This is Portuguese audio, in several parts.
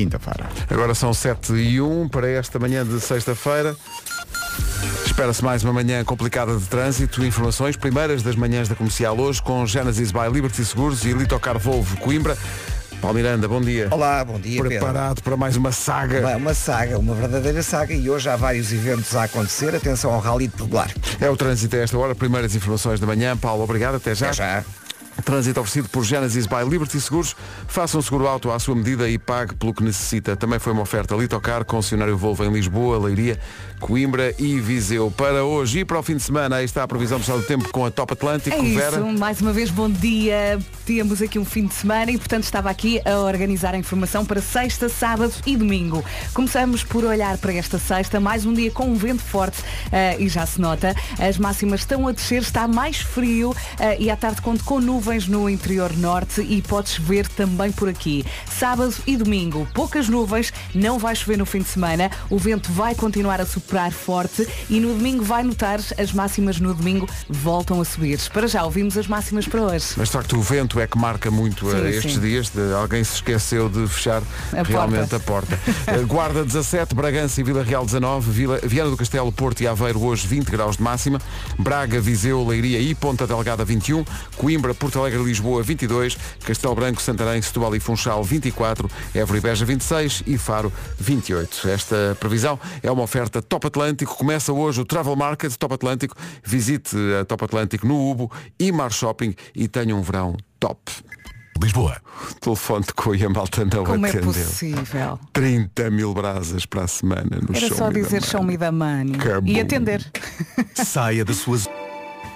quinta-feira. Agora são 7 e 1 para esta manhã de sexta-feira. Espera-se mais uma manhã complicada de trânsito. Informações primeiras das manhãs da comercial hoje com Genesis by Liberty Seguros e Litocar Volvo Coimbra. Paulo Miranda, bom dia. Olá, bom dia. Preparado para mais uma saga. Pedro. Bem, Uma saga, uma verdadeira saga e hoje há vários eventos a acontecer. Atenção ao Rally de Podelar. É o trânsito a esta hora. Primeiras informações da manhã. Paulo, obrigado. Até já. Até já. Trânsito oferecido por Genesis by Liberty Seguros. Faça um seguro auto à sua medida e pague pelo que necessita. Também foi uma oferta Litocar, concessionário Volvo em Lisboa, Leiria, Coimbra e Viseu. Para hoje e para o fim de semana, aí está a previsão do estado do tempo com a Top Atlântico. É Vera. isso, mais uma vez bom dia. Temos aqui um fim de semana e, portanto, estava aqui a organizar a informação para sexta, sábado e domingo. Começamos por olhar para esta sexta, mais um dia com um vento forte eh, e já se nota. As máximas estão a descer, está mais frio eh, e à tarde conto com nuvens no interior norte e pode chover também por aqui. Sábado e domingo, poucas nuvens, não vai chover no fim de semana, o vento vai continuar a soprar forte e no domingo vai notar as máximas no domingo voltam a subir. Para já ouvimos as máximas para hoje. Mas de facto o vento é que marca muito Sim, eh, estes sim. dias. De- alguém se esqueceu de fechar A realmente porta. a porta. Eh, Guarda 17, Bragança e Vila Real 19, Vila, Viana do Castelo, Porto e Aveiro hoje 20 graus de máxima, Braga, Viseu, Leiria e Ponta Delgada 21, Coimbra, Porto Alegre e Lisboa 22, Castelo Branco, Santarém, Setúbal e Funchal 24, Évora e Beja 26 e Faro 28. Esta previsão é uma oferta Top Atlântico. Começa hoje o Travel Market Top Atlântico. Visite a Top Atlântico no Ubo e Mar Shopping e tenha um verão top. Lisboa. Telefone de Coia Malta não Como é atendeu. possível? 30 mil brasas para a semana no Era show só me the dizer money. é show me the money Acabou. e atender. Saia da sua zona.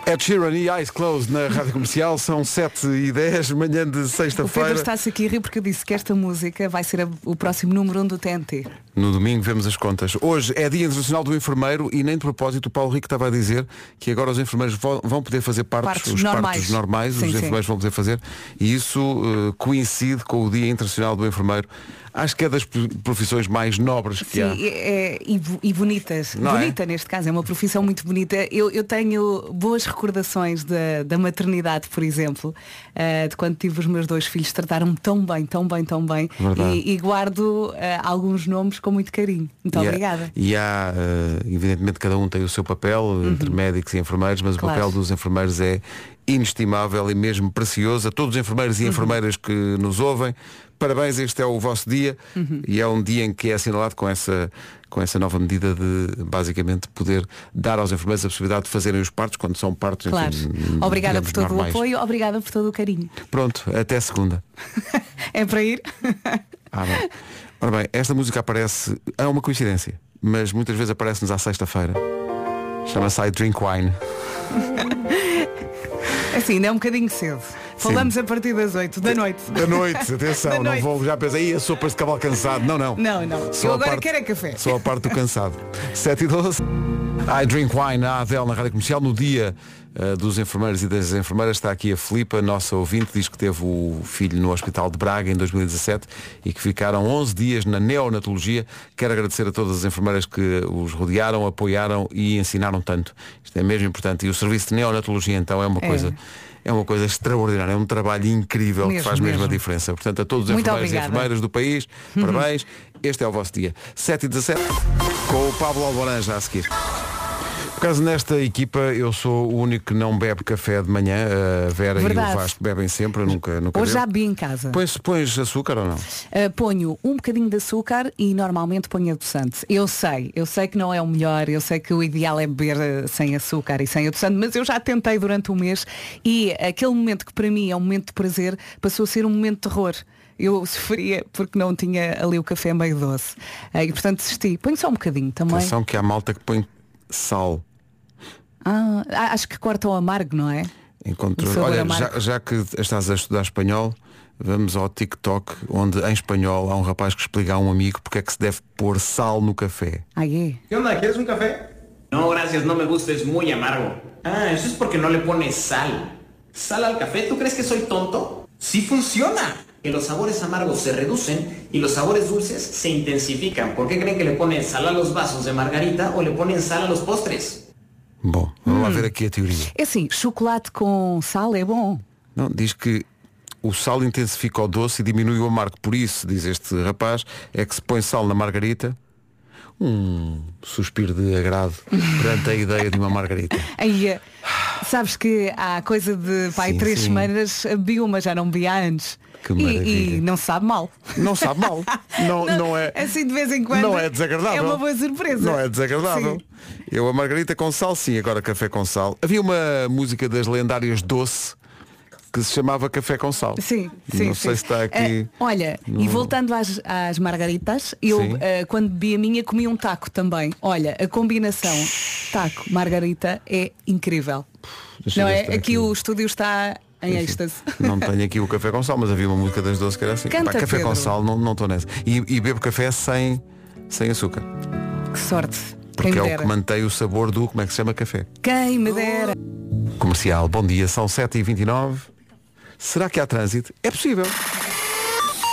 Ed Sheeran e Eyes Closed na Rádio Comercial São 7 e 10 manhã de O Pedro sexta-feira está-se aqui a rir porque eu disse que esta música vai ser a- o próximo número 1 um do TNT. No domingo vemos as contas Hoje é Dia Internacional do Enfermeiro E nem de propósito o Paulo Rico estava a dizer Que agora os enfermeiros vo- vão poder fazer partos, Partos Os normais. partos normais Sim, Os sim. enfermeiros vão poder fazer E isso eh, coincide com o Dia Internacional do Enfermeiro Acho que é das profissões mais nobres que Sim, há é- é- e, bo- e bonitas. Não é? Bonita neste caso, é uma profissão muito bonita. Eu, eu tenho boas recordações da, da maternidade, por exemplo, eh, de quando tive os meus dois filhos, trataram-me tão bem, tão bem, tão bem. Verdade. E, e guardo eh, alguns nomes com muito carinho. Muito E há- obrigada. Uhum. E há, eh, evidentemente, cada um tem o seu papel, entre médicos e enfermeiros, mas Claro. o papel dos enfermeiros é inestimável e mesmo precioso. A todos os Uhum. enfermeiros e enfermeiras que nos ouvem, parabéns, este é o vosso dia Uhum. e é um dia em que é assinalado com essa com essa nova medida de basicamente poder dar aos enfermeiros a possibilidade de fazerem os partos quando são partos enfim, Claro. n- Obrigada por digamos, todo normais. o apoio, obrigada por todo o carinho. Pronto, até segunda. É para ir? Ah, bem. Ora bem, esta música aparece, é uma coincidência, mas muitas vezes aparece-nos à sexta-feira. Chama-se I Drink Wine. Assim, ainda é um bocadinho cedo. Falamos a partir das 8 da noite. Da noite, atenção, Da não noite. vou já pensar, aí as sopas de cavalo cansado. Não, não. Não, não. Eu a agora quero é café. Só a parte do cansado. 7 e 12. I Drink Wine, a Adele na Rádio Comercial, no dia eh, dos enfermeiros e das enfermeiras, está aqui a Filipa, nossa ouvinte, diz que teve o filho no Hospital de Braga em 2017 e que ficaram 11 dias na neonatologia. Quero agradecer a todas as enfermeiras que os rodearam, apoiaram e ensinaram tanto. Isto é mesmo importante. E o serviço de neonatologia, então, é uma É. coisa... É uma coisa extraordinária, é um trabalho incrível que Mesmo, faz mesmo, a mesmo. diferença. Portanto, a todos os Muito enfermeiros e obrigada. Uhum. enfermeiras do país, parabéns. Este é o vosso dia. 7 e 17 com o Pablo Alboran já a seguir. Por causa nesta equipa, eu sou o único que não bebe café de manhã. A Vera e Verdade. o Vasco bebem sempre, eu nunca, nunca Hoje já bebo. bebi em casa. Pões, pões açúcar ou não? Uh, ponho um bocadinho de açúcar e normalmente ponho adoçante. Eu sei, eu sei que não é o melhor, eu sei que o ideal é beber uh, sem açúcar e sem adoçante, mas eu já tentei durante um mês e aquele momento que para mim é um momento de prazer passou a ser um momento de terror. Eu sofria porque não tinha ali o café meio doce. Uh, e portanto desisti. Ponho só um bocadinho também. Atenção que há malta que põe sal. Ah, a- acho que corta o amargo, não é? Encontro... O sabor Olha, amargo. já, já que estás a estudar espanhol, vamos ao TikTok, onde em espanhol há um rapaz que explica a um amigo porque é que se deve pôr sal no café. Aí é. ¿Qué onda? ¿Quieres un café? No, gracias, no me gusta, es muy amargo. Ah, eso es porque no le pones sal. Sal al café, ¿tú crees que soy tonto? Sí funciona. Que los sabores amargos se reducen y los sabores dulces se intensifican. ¿Por qué creen que le ponen sal a los vasos de margarita o le ponen sal a los postres? Hum. Bom, vamos lá ver aqui a teoria. É assim, chocolate com sal é bom. Não, diz que o sal intensifica o doce e diminui o amargo. Por isso, diz este rapaz, é que se põe sal na margarita. Um suspiro de agrado perante a ideia de uma margarita. Aí, eh, sabes que há coisa de pai, Sim, três sim. semanas bebi uma, já não bebi há anos. Que e, e maravilha. não sabe mal. Não sabe mal. Não, não, é. Assim de vez em quando. Não é desagradável. É uma boa surpresa. Não é desagradável. Sim. Eu a Margarita com sal, sim, agora café com sal. Havia uma música das lendárias Doce que se chamava Café com Sal. Sim, sim. sim. Não sei se está aqui. Eh, olha, e voltando às, às margaritas, eu Sim. eh, quando bebi a minha comi um taco também. Olha, a combinação taco-margarita é incrível. Deixa eu Não é? ver se está Aqui, o estúdio está em êxtase. Não tenho aqui o café com sal, mas havia uma música das doce que era assim. Canta, café com Pedro. sal, não não estou nessa. E, e bebo café sem, sem açúcar. Que sorte. Quem Porque me é o dera. que mantém o sabor do, como é que se chama, café. Quem me dera. Comercial, bom dia, são 7h29. Será que há trânsito? É possível.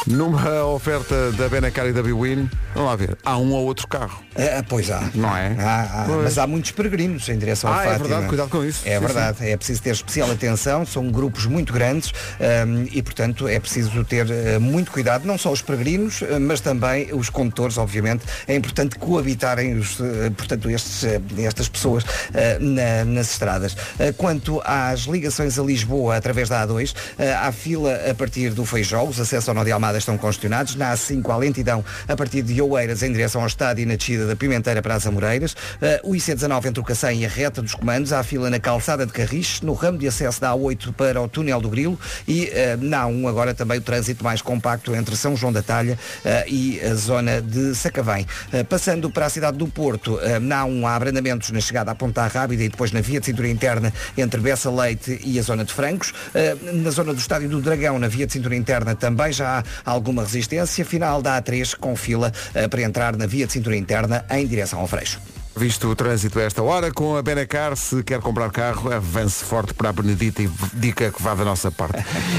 Numa oferta da Benacar e da Biwin, vamos lá ver, há um ou outro carro. Ah, pois há. Não é? Há, há. Pois. Ah, Mas há muitos peregrinos em direção Ah, à é Fátima. verdade, cuidado com isso. É Sim, verdade, é preciso ter especial atenção, são grupos muito grandes hum, e, portanto, é preciso ter eh, muito cuidado, não só os peregrinos, eh, mas também os condutores, obviamente. É importante coabitarem, os, eh, portanto, estes, eh, estas pessoas eh, na- nas estradas. Eh, Quanto às ligações a Lisboa através da A2, eh, há fila a partir do Feijó, os acessos ao Nó de Almada estão congestionados, na A5 há lentidão a partir de Oeiras em direção ao estádio e na descida da Pimenteira para as Amoreiras, Eh, o IC19 entre o Cacém e a reta dos comandos, há fila na calçada de Carris, no ramo de acesso da A8 para o túnel do Grilo e eh, na A1 agora também o trânsito mais compacto entre São João da Talha eh, e a zona de Sacavém. Eh, passando para a cidade do Porto, eh, na A1 há abrandamentos na chegada à Ponta Rábida e depois na via de cintura interna entre Bessa Leite e a zona de Francos. Eh, na zona do Estádio do Dragão, na via de cintura interna também já há alguma resistência. Final da A3 com fila eh, para entrar na via de cintura interna em direção ao Freixo. Visto o trânsito a esta hora, com a Benacar, se quer comprar carro, avance forte para a Benedita e dica que vá da nossa parte.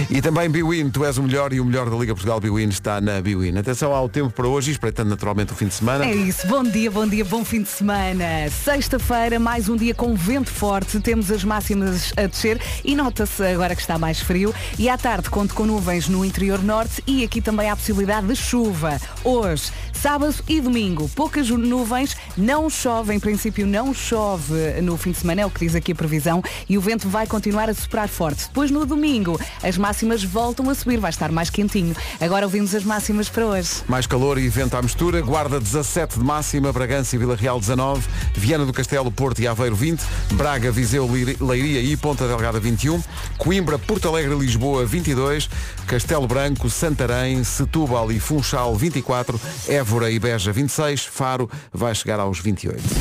e também Biwin, tu és o melhor e o melhor da Liga Portugal Biwin está na Biwin. Atenção ao tempo para hoje, espreitando naturalmente o fim de semana. É isso, bom dia, bom dia, bom fim de semana. Sexta-feira, mais um dia com vento forte, temos as máximas a descer e nota-se agora que está mais frio. E à tarde conto com nuvens no interior norte e aqui também há possibilidade de chuva. Hoje, sábado e domingo, poucas nuvens, não chove, em princípio não chove no fim de semana, é o que diz aqui a previsão, e o vento vai continuar a soprar forte. Depois no domingo, as máximas voltam a subir, vai estar mais quentinho. Agora ouvimos as máximas para hoje. Mais calor e vento à mistura. Guarda 17 de máxima, Bragança e Vila Real 19, Viana do Castelo, Porto e Aveiro 20, Braga, Viseu, Leir- Leiria e Ponta Delgada 21, Coimbra, Porto Alegre e Lisboa 22, Castelo Branco, Santarém, Setúbal e Funchal 24, Évora e Beja 26, Faro vai chegar aos 28.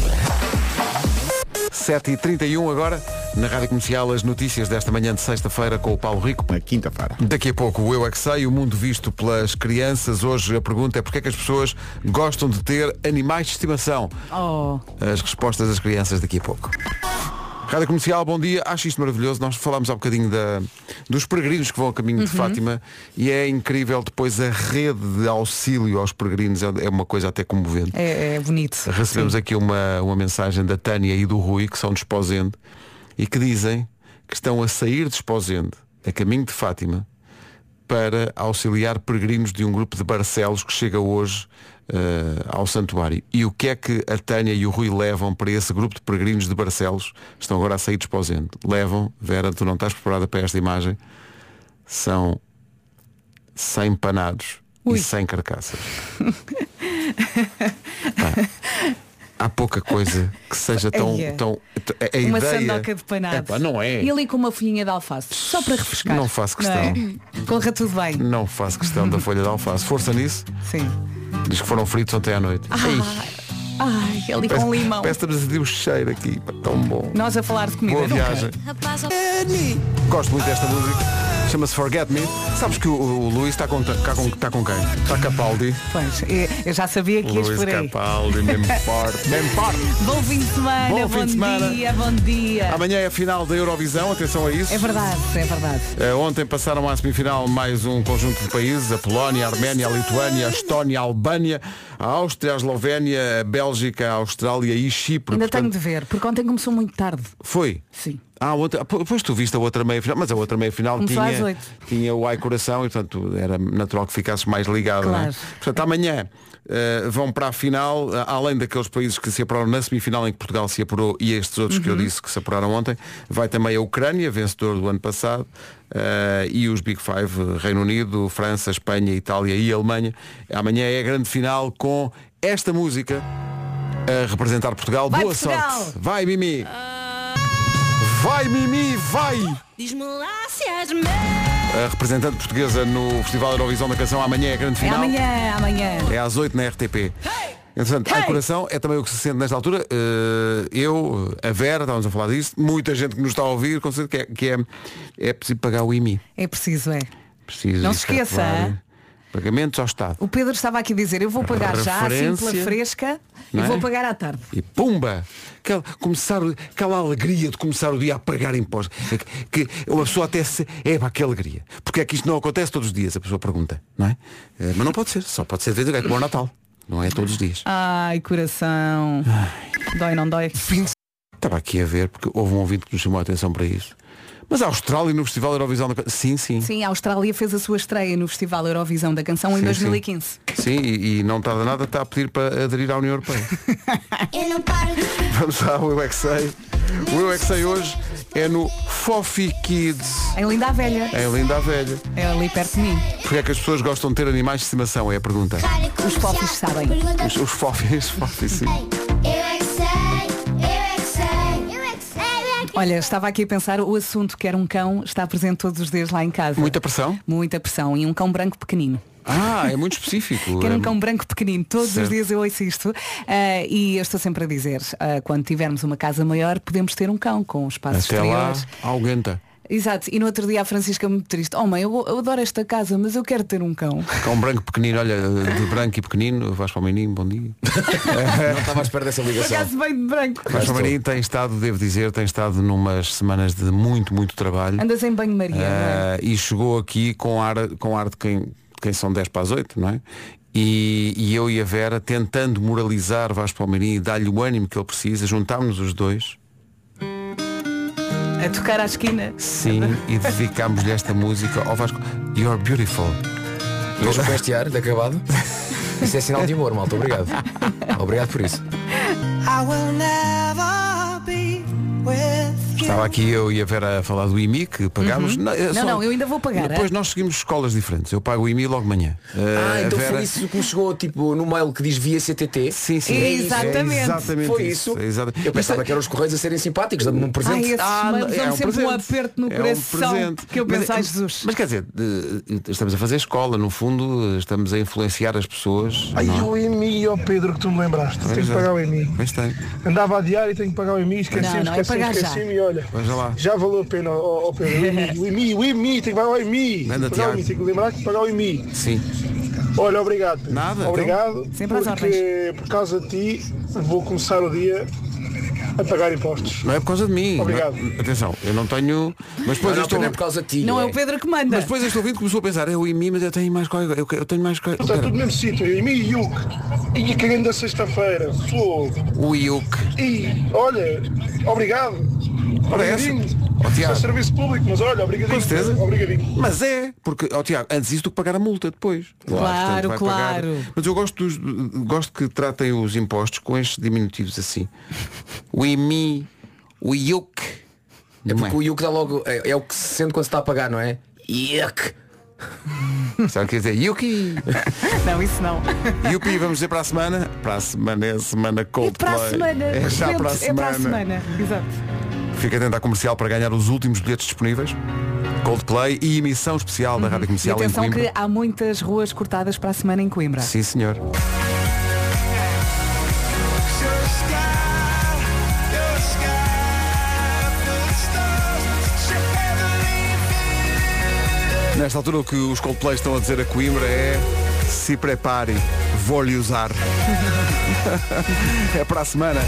7h31 agora, na Rádio Comercial, as notícias desta manhã de sexta-feira com o Paulo Rico. Na quinta-feira. Daqui a pouco o Eu É Que Sei, o mundo visto pelas crianças. Hoje a pergunta é porque é que as pessoas gostam de ter animais de estimação? Oh. As respostas das crianças daqui a pouco. Rádio Comercial, bom dia. Acho isto maravilhoso. Nós falámos há bocadinho da, dos peregrinos que vão a caminho de Fátima e é incrível depois a rede de auxílio aos peregrinos. É é uma coisa até comovente. É, é bonito. Recebemos aqui uma, uma mensagem da Tânia e do Rui, que são de Esposende, e que dizem que estão a sair de Esposende, a caminho de Fátima, para auxiliar peregrinos de um grupo de Barcelos que chega hoje eh, ao santuário. E o que é que a Tânia e o Rui levam para esse grupo de peregrinos de Barcelos? Estão agora a sair de Esposende. Levam, Vera, tu não estás preparada para esta imagem, são 100 panados Ui. e 100 carcaças. Tá. há pouca coisa que seja tão. Eia. tão a a é. uma ideia, sandoca de panado. Epá, não é. E ali com uma folhinha de alface, só para refrescar. Não faço é? Corra tudo bem. Não faço questão da folha de alface. Força nisso. Sim. Diz que foram fritos ontem à noite. Ei, Ai, ali Ah, com um limão. Parece que estamos a sentir o cheiro aqui. Pá, Tão bom. Nós a falar de comida. Boa nunca. viagem. Gosto muito desta música. Chama-se Forget Me. Sabes que o, o Luís está com, está com, está com quem? Está Capaldi. Pois, é, eu já sabia que ias Luís por aí. Capaldi, mesmo forte, mesmo forte. Bom fim de semana, Bom bom, fim de semana. dia, bom dia. Amanhã é a final da Eurovisão, atenção a isso. É verdade, é verdade. Eh, ontem passaram à semifinal mais um conjunto de países, a Polónia, a Arménia, a Lituânia, a Estónia, a Albânia, a Áustria, a Eslovénia, a Bélgica, a Austrália e Chipre. Ainda Portanto, tenho de ver, porque ontem começou muito tarde. Foi. Sim. Ah, outra, po- pois tu viste a outra meia final, mas a outra meia final Começou às tinha, oito. tinha o ai coração e portanto era natural que ficasses mais ligado. Claro. não é? Portanto, amanhã eh, vão para a final, eh, além daqueles países que se apuraram na semifinal em que Portugal se apurou e estes outros Uhum. que eu disse que se apuraram ontem, vai também a Ucrânia, vencedor do ano passado, eh, e os Big Five, eh, Reino Unido, França, Espanha, Itália e Alemanha. Amanhã é a grande final com esta música a representar Portugal. Vai, Boa Portugal! sorte! Vai, Mimi! Vai, Mimi, vai! Diz-me lá se és meu. A representante portuguesa no Festival Eurovisão da Canção amanhã é a grande É final. amanhã, amanhã. É às 8 na RTP. Entretanto, Hey! a coração é também o que se sente nesta altura. Eh, eu, a Vera, estávamos a falar disso, muita gente que nos está a ouvir, com certeza que é, que é, é preciso pagar o IMI. É preciso, é. Preciso Não se esqueça, é? efetuar hein? Pagamentos ao Estado. O Pedro estava aqui a dizer, eu vou pagar já, assim Referência. pela fresca, Não e é? vou pagar à tarde. E pumba! Aquela, começar, o- aquela alegria de começar o dia a pagar impostos. É Que, que uma pessoa até se. É pá, que alegria. Porque é que isto não acontece todos os dias, a pessoa pergunta, não é? Eh, Mas não pode ser, só pode ser de vez em quando, é como o Natal. Não é todos os dias. Ai, coração. Dói, não dói? Estava aqui a ver, porque houve um ouvinte que nos chamou a atenção para isso. Mas a Austrália no Festival Eurovisão da Canção. Sim, sim. Sim, a Austrália fez a sua estreia no Festival Eurovisão da Canção em Sim, 2015. Sim, Sim, e, e não tarda nada, está a pedir para aderir à União Europeia. Eu não paro de Vamos lá, o Eu É Que Sei. O Eu É Que Sei hoje é no Fofi Kids, Em Linda a Velha. em Linda a Velha. É ali perto de mim. Porquê é que as pessoas gostam de ter animais de estimação? É a pergunta. ficar Os fofos sabem. Os, os fofis, os fofis, sim. Eu é que sei, eu é que sei, eu é que sei, eu é que Olha, estava aqui a pensar, o assunto que era um cão está presente todos os dias lá em casa. Muita pressão? Muita pressão. E um cão branco pequenino. Ah, é muito específico. Que era É um cão branco pequenino. Todos Certo. os dias eu ouço isto. Ah, e eu estou sempre a dizer, ah, quando tivermos uma casa maior, podemos ter um cão com espaços Até lá, exteriores. aguenta. Exato. E no outro dia a Francisca muito triste. Oh mãe, eu, eu adoro esta casa, mas eu quero ter um cão. Cão branco pequenino, olha, de branco e pequenino, vais para o menino, bom dia. Não estava à espera dessa Por ligação. acaso bem de branco. Mas o Marinho tem estado, devo dizer, tem estado numas semanas de muito, muito trabalho. Andas em banho-maria, não é? Ah, e chegou aqui com ar, com ar de quem, de quem são 10 para as 8, não é? E, e eu e a Vera tentando moralizar Vasco Palmeirim e dar-lhe o ânimo que ele precisa, juntámos os dois Ah. A tocar à esquina. sim, Né? e dedicámos-lhe esta música ao Vasco. You're beautiful. Vejo o bestiário de acabado. Isso é sinal de amor, malta. Obrigado. Obrigado por isso. Estava aqui eu e a Vera a falar do IMI que pagámos. Não, é só- Uhum. Não, não, eu ainda vou pagar, Depois é? nós seguimos escolas diferentes. Eu pago o IMI logo amanhã. Ah, a então Vera- é foi isso que me chegou tipo, no mail que diz via CTT. Sim, sim. É isso. Exatamente. É exatamente Foi isso. É exata- Eu pensava que eram os correios a serem simpáticos, dando-me um Ai, presente. esses Ah, mails dão-me sempre um aperto no É um coração presente. que eu Mas- é penso, ai Jesus. Mas quer dizer, eh, estamos a fazer escola, no fundo, estamos a influenciar as pessoas. Aí não é? o EMI, ó Pedro, que tu me lembraste. Tenho que pagar o EMI. Mas tem. Andava a adiar e tenho que pagar o EMI. Esqueci, Não, não, é esqueci, pagar já. esqueci e olha. Veja lá. Já valeu a pena, ó, ó Pedro. O EMI, o EMI, o EMI, tem que pagar o EMI. Tem que pagar o Anda, é Tiago. EMI, tem que lembrar que pagar o EMI. Sim. Olha, obrigado. Pedro. Nada, então. Obrigado. Sempre às porque por causa de ti vou começar o dia a pagar impostos. Não é por causa de mim. Obrigado. Não- Atenção, eu não tenho. Mas depois Pois eu não, estou. não é por causa de ti. Não é é. o Pedro que manda. Mas depois este ouvinte começou a pensar, é o IMI, mas eu tenho mais coisa. Eu, eu tenho mais coisa. Está tudo no mesmo sítio. EMI e IUC. E que grande sexta-feira. Fogo. O IUC. E olha, obrigado. Parece. Obrigadinho. Ó, Tiago. Isso é serviço público, mas olha, obrigadinho. Com certeza. Obrigadinho. Mas é, porque, ó Tiago, antes isso do que pagar a multa depois. Claro, vai claro. pagar. Mas eu gosto, dos- gosto que tratem os impostos com estes diminutivos assim. O IMI, o IUC. É Não porque o Yuke dá logo. É, é o que se sente quando se está a pagar, não é? Yuck! Sabe o que quer dizer? Yuki! Não, isso não. Yupi, vamos dizer para a semana? Para a semana é a semana E Coldplay. para a semana. É já para a Gente, É para a semana. semana. Exato. Fica atento à comercial para ganhar os últimos bilhetes disponíveis. Coldplay e emissão especial da Rádio Uhum. E Comercial em atenção Coimbra. que há muitas ruas cortadas para a semana em Coimbra. Sim, senhor. Nesta altura o que os Coldplay estão a dizer a Coimbra é se prepare, vou-lhe usar. é para a semana.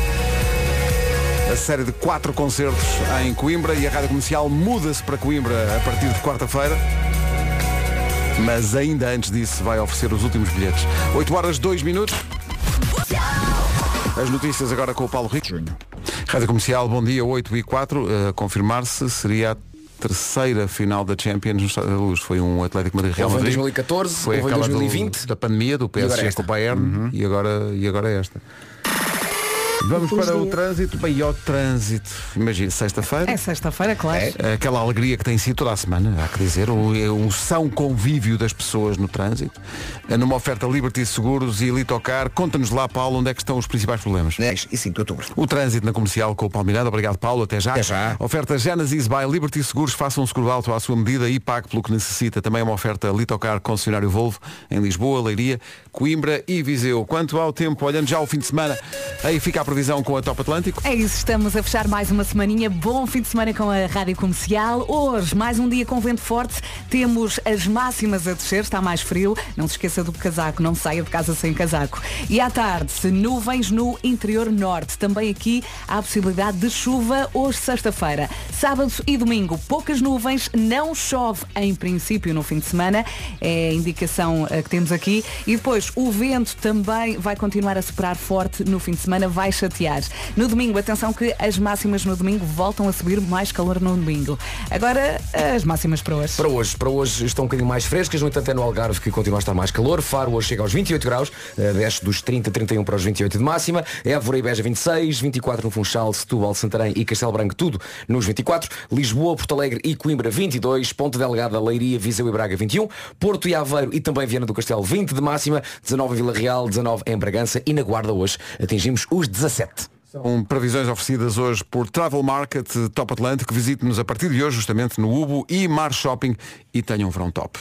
A série de quatro concertos em Coimbra e a Rádio Comercial muda-se para Coimbra a partir de quarta-feira. Mas ainda antes disso vai oferecer os últimos bilhetes. 8 horas, 2 minutos. As notícias agora com o Paulo Rico. Rádio Comercial, bom dia, 8 e 4. eh, a Confirmar-se, seria a terceira final da Champions no Estádio da Luz. Foi um Atlético Madrid Real Houve em Madrid. 2014, Foi houve em aquela do- 2020. da pandemia, do agora PSG esta. Uhum. com o Bayern e, agora, e agora esta. Vamos para o trânsito, bem, ó, trânsito. Imagina, sexta-feira. É sexta-feira, claro. É, Aquela alegria que tem sido toda a semana, há que dizer, o, é um são convívio das pessoas no trânsito, É numa oferta Liberty Seguros e Litocar. Conta-nos lá, Paulo, onde é que estão os principais problemas. 10 e 5 de outubro. O trânsito na comercial com o Palmeirado. Obrigado, Paulo. Até já. Até já. Oferta Genesis by Liberty Seguros. Faça um seguro alto à sua medida e pague pelo que necessita. Também é uma oferta Litocar concessionário Volvo em Lisboa, Leiria, Coimbra e Viseu. Quanto ao tempo, olhando já ao fim de semana, aí fica a previsão com a Top Atlântico. É isso, estamos a fechar mais uma semaninha. Bom fim de semana com a Rádio Comercial. Hoje, mais um dia com vento forte. Temos as máximas a descer, está mais frio. Não se esqueça do casaco, não saia de casa sem casaco. E à tarde, nuvens no interior norte. Também aqui há a possibilidade de chuva hoje, sexta-feira. Sábado e domingo, poucas nuvens, não chove em princípio no fim de semana. É a indicação eh, que temos aqui. E depois, o vento também vai continuar a soprar forte no fim de semana, vai chatear. No domingo, atenção que as máximas no domingo voltam a subir, mais calor no domingo. Agora, as máximas para hoje. Para hoje, para hoje estão um bocadinho mais frescas, no entanto é no Algarve que continua a estar mais calor. Faro hoje chega aos 28 graus, eh, desce dos 30, 31 para os 28 de máxima. Évora e Beja 26, 24 no Funchal, Setúbal, Santarém e Castelo Branco, tudo nos 24. Lisboa, Porto Alegre e Coimbra 22, Ponte Delgada, Leiria, Viseu e Braga 21, Porto e Aveiro e também Viana do Castelo 20 de máxima, 19 em Vila Real, 19 em Bragança e na Guarda hoje atingimos os 17. São previsões oferecidas hoje por Travel Market Top Atlântico. Visite-nos a partir de hoje, justamente no Ubo e Mar Shopping e tenha um verão top.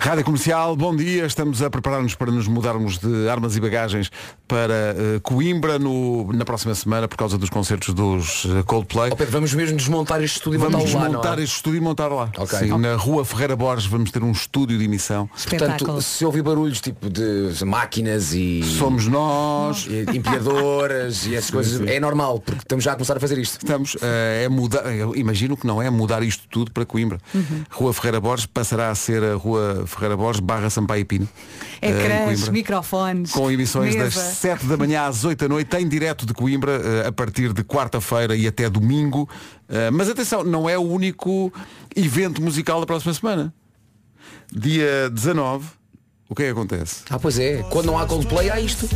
Rádio Comercial, bom dia. Estamos a preparar-nos para nos mudarmos de armas e bagagens para eh, Coimbra no- na próxima semana por causa dos concertos dos eh, Coldplay. Ó Pedro, vamos mesmo desmontar este estúdio e Vamos montá-lo lá, não é? desmontar este estúdio e montar lá. Ok. Sim, na Rua Ferreira Borges vamos ter um estúdio de emissão. Portanto, Espetáculo. se ouvir barulhos tipo de máquinas e Somos nós. e empilhadoras e essas coisas, é normal, porque estamos já a começar a fazer isto. Estamos eh, é mudar, eu imagino que não é mudar isto tudo para Coimbra. Uhum. Rua Ferreira Borges passará a ser a Rua Ferreira Borges barra Sampaio Pino. eh, em Ecrãs, Coimbra. microfones. Com emissões das mesa. 7 da manhã às 8 da noite, em direto de Coimbra, eh, a partir de quarta-feira e até domingo. Eh, Mas atenção, não é o único evento musical da próxima semana. Dia 19, o que é que acontece? Ah, pois é. Quando não há Coldplay, há isto.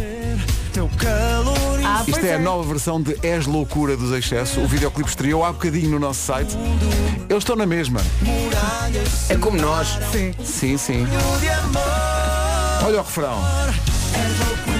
Ah, Isto pois é a nova versão de És Loucura dos Excesso. O videoclipe estreou há bocadinho no nosso site. Eles estão na mesma. É como nós. Sim. Sim, sim. Olha o refrão. um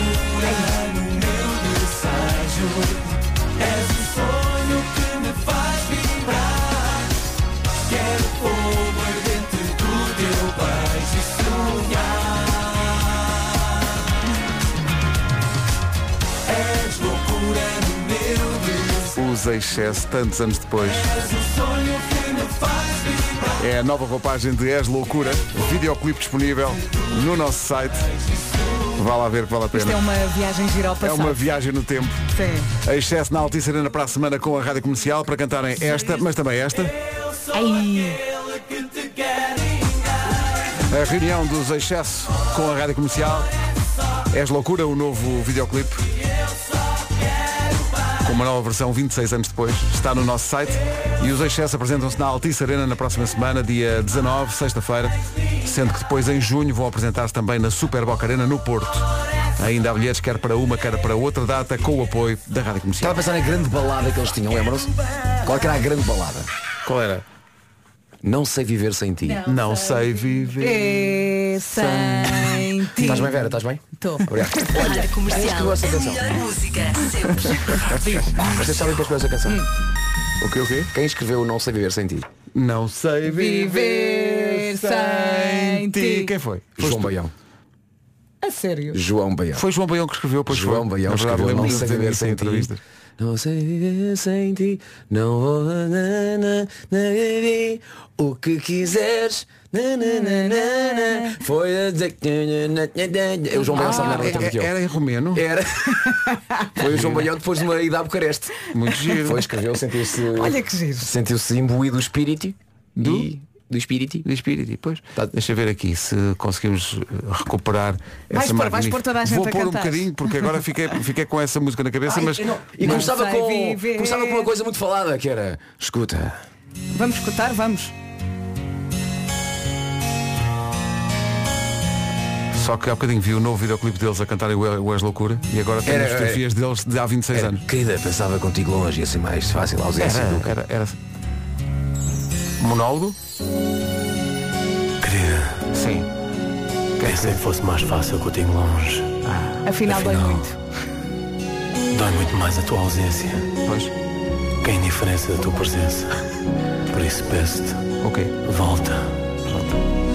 Os excesso tantos anos depois. um É a nova roupagem de És Loucura, videoclipe disponível no nosso site. Vá lá ver que vale a Isto é pena. uma viagem gira ao É passado. uma viagem no tempo. Sim. A excesso na Altice Arena para a semana com a Rádio Comercial para cantarem esta, mas também esta. Ai, A reunião dos excesso com a Rádio Comercial. És Loucura, o novo videoclipe. Com uma nova versão 26 anos depois. Está no nosso site. E os excesso apresentam-se na Altice Arena na próxima semana, dia 19, sexta-feira. Sendo que depois, em junho, vão apresentar-se também na Super Boca Arena, no Porto. Ainda há bilhetes, quer para uma, quer para outra data, com o apoio da Rádio Estava Comercial. a pensar na grande balada que eles tinham, lembram-se? Qual é que era a grande balada? Qual era? Não sei viver sem ti. Não sei viver. é sem ti. Estás bem, Vera? Estás bem? Tô. Obrigado. Rádio Comercial. gosto dessa canção. melhor música sempre. Vocês sabem quem escreveu essa canção? O quê, o quê? Quem escreveu Não sei viver sem ti? Não sei viver sem ti. Quem foi? Foste João tu? Baião. A sério. João Baião. Foi João Baião que escreveu, pois João foi. Baião Na verdade, escreveu Não lembro-me de sei é dizer viver isso em sem ti. entrevistas. Não sei viver sem ti. Não vou na, na, na, na, vivi o que quiseres. Na, na, na, na, na. Foi a dizer que- na, na, na, na. É O João Baião sabe nada Ah, melhor do que é- eu. Era em romeno? Era. Foi o João Baião depois de uma ida a Bucareste. Muito giro. Foi, escreveu, sentiu-se. Olha que giro. Sentiu-se imbuído o espírito. Do? E do Espírito. De espírito, e depois. Tá. Deixa ver aqui se conseguimos eh, recuperar essa pôr- vais magnífica- pôr toda a gente Vou a pôr um cantar. bocadinho, porque agora fiquei, fiquei com essa música na cabeça, mas. Ai, não. E Não começava sei com, viver. começava com uma coisa muito falada, que era escuta. Vamos escutar? Vamos. Só que há bocadinho vi o novo videoclipe deles a cantarem o o És Loucura e agora tenho Era- as fotografias deles de há 26 anos. Querida, pensava contigo longe, ia ser mais fácil a ausência do que. Era, era. Monólogo? Querida, Sim. pensei que fosse mais fácil contigo longe. Ah, Afinal, dói Afinal. muito. Dói muito mais a tua ausência Pois. que a indiferença da tua presença. Por isso peço-te, Ok. volta.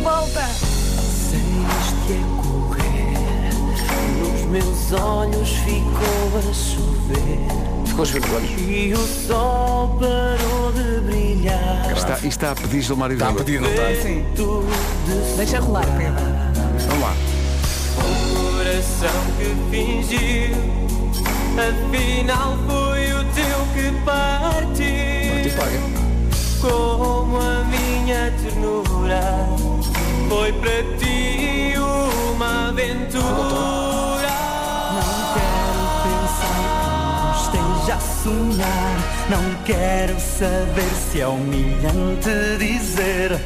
Volta! Saíste a é correr, nos meus olhos ficou a chover Ficou os olhos. e o sol parou de brilhar. Está, isto está a pedir Gilmário Está a Veiga. pedir, não está? Sim. Deixa rolar, Pedro. Vamos lá. Coração que fingiu, afinal foi o teu que partiu. Tipo, olha, Como a minha ternura foi para ti uma aventura. Não quero pensar que não esteja a sonhar. Não quero saber se é humilhante dizer.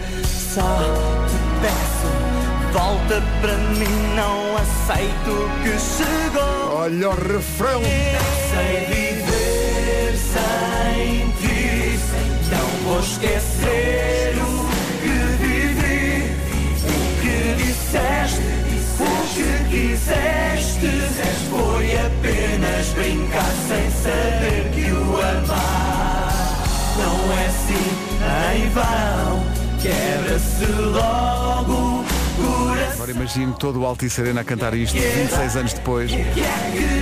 Só te peço, volta para mim. Não aceito o que chegou. Olha o refrão. Sem viver sem ti, não vou esquecer o que vivi, o que disseste, o que quiseste. Foi apenas brincar sem saber que o amar não é assim em vão. Quebra-se logo o coração. Agora imagino todo o Alto e Serena a cantar isto 26 anos depois.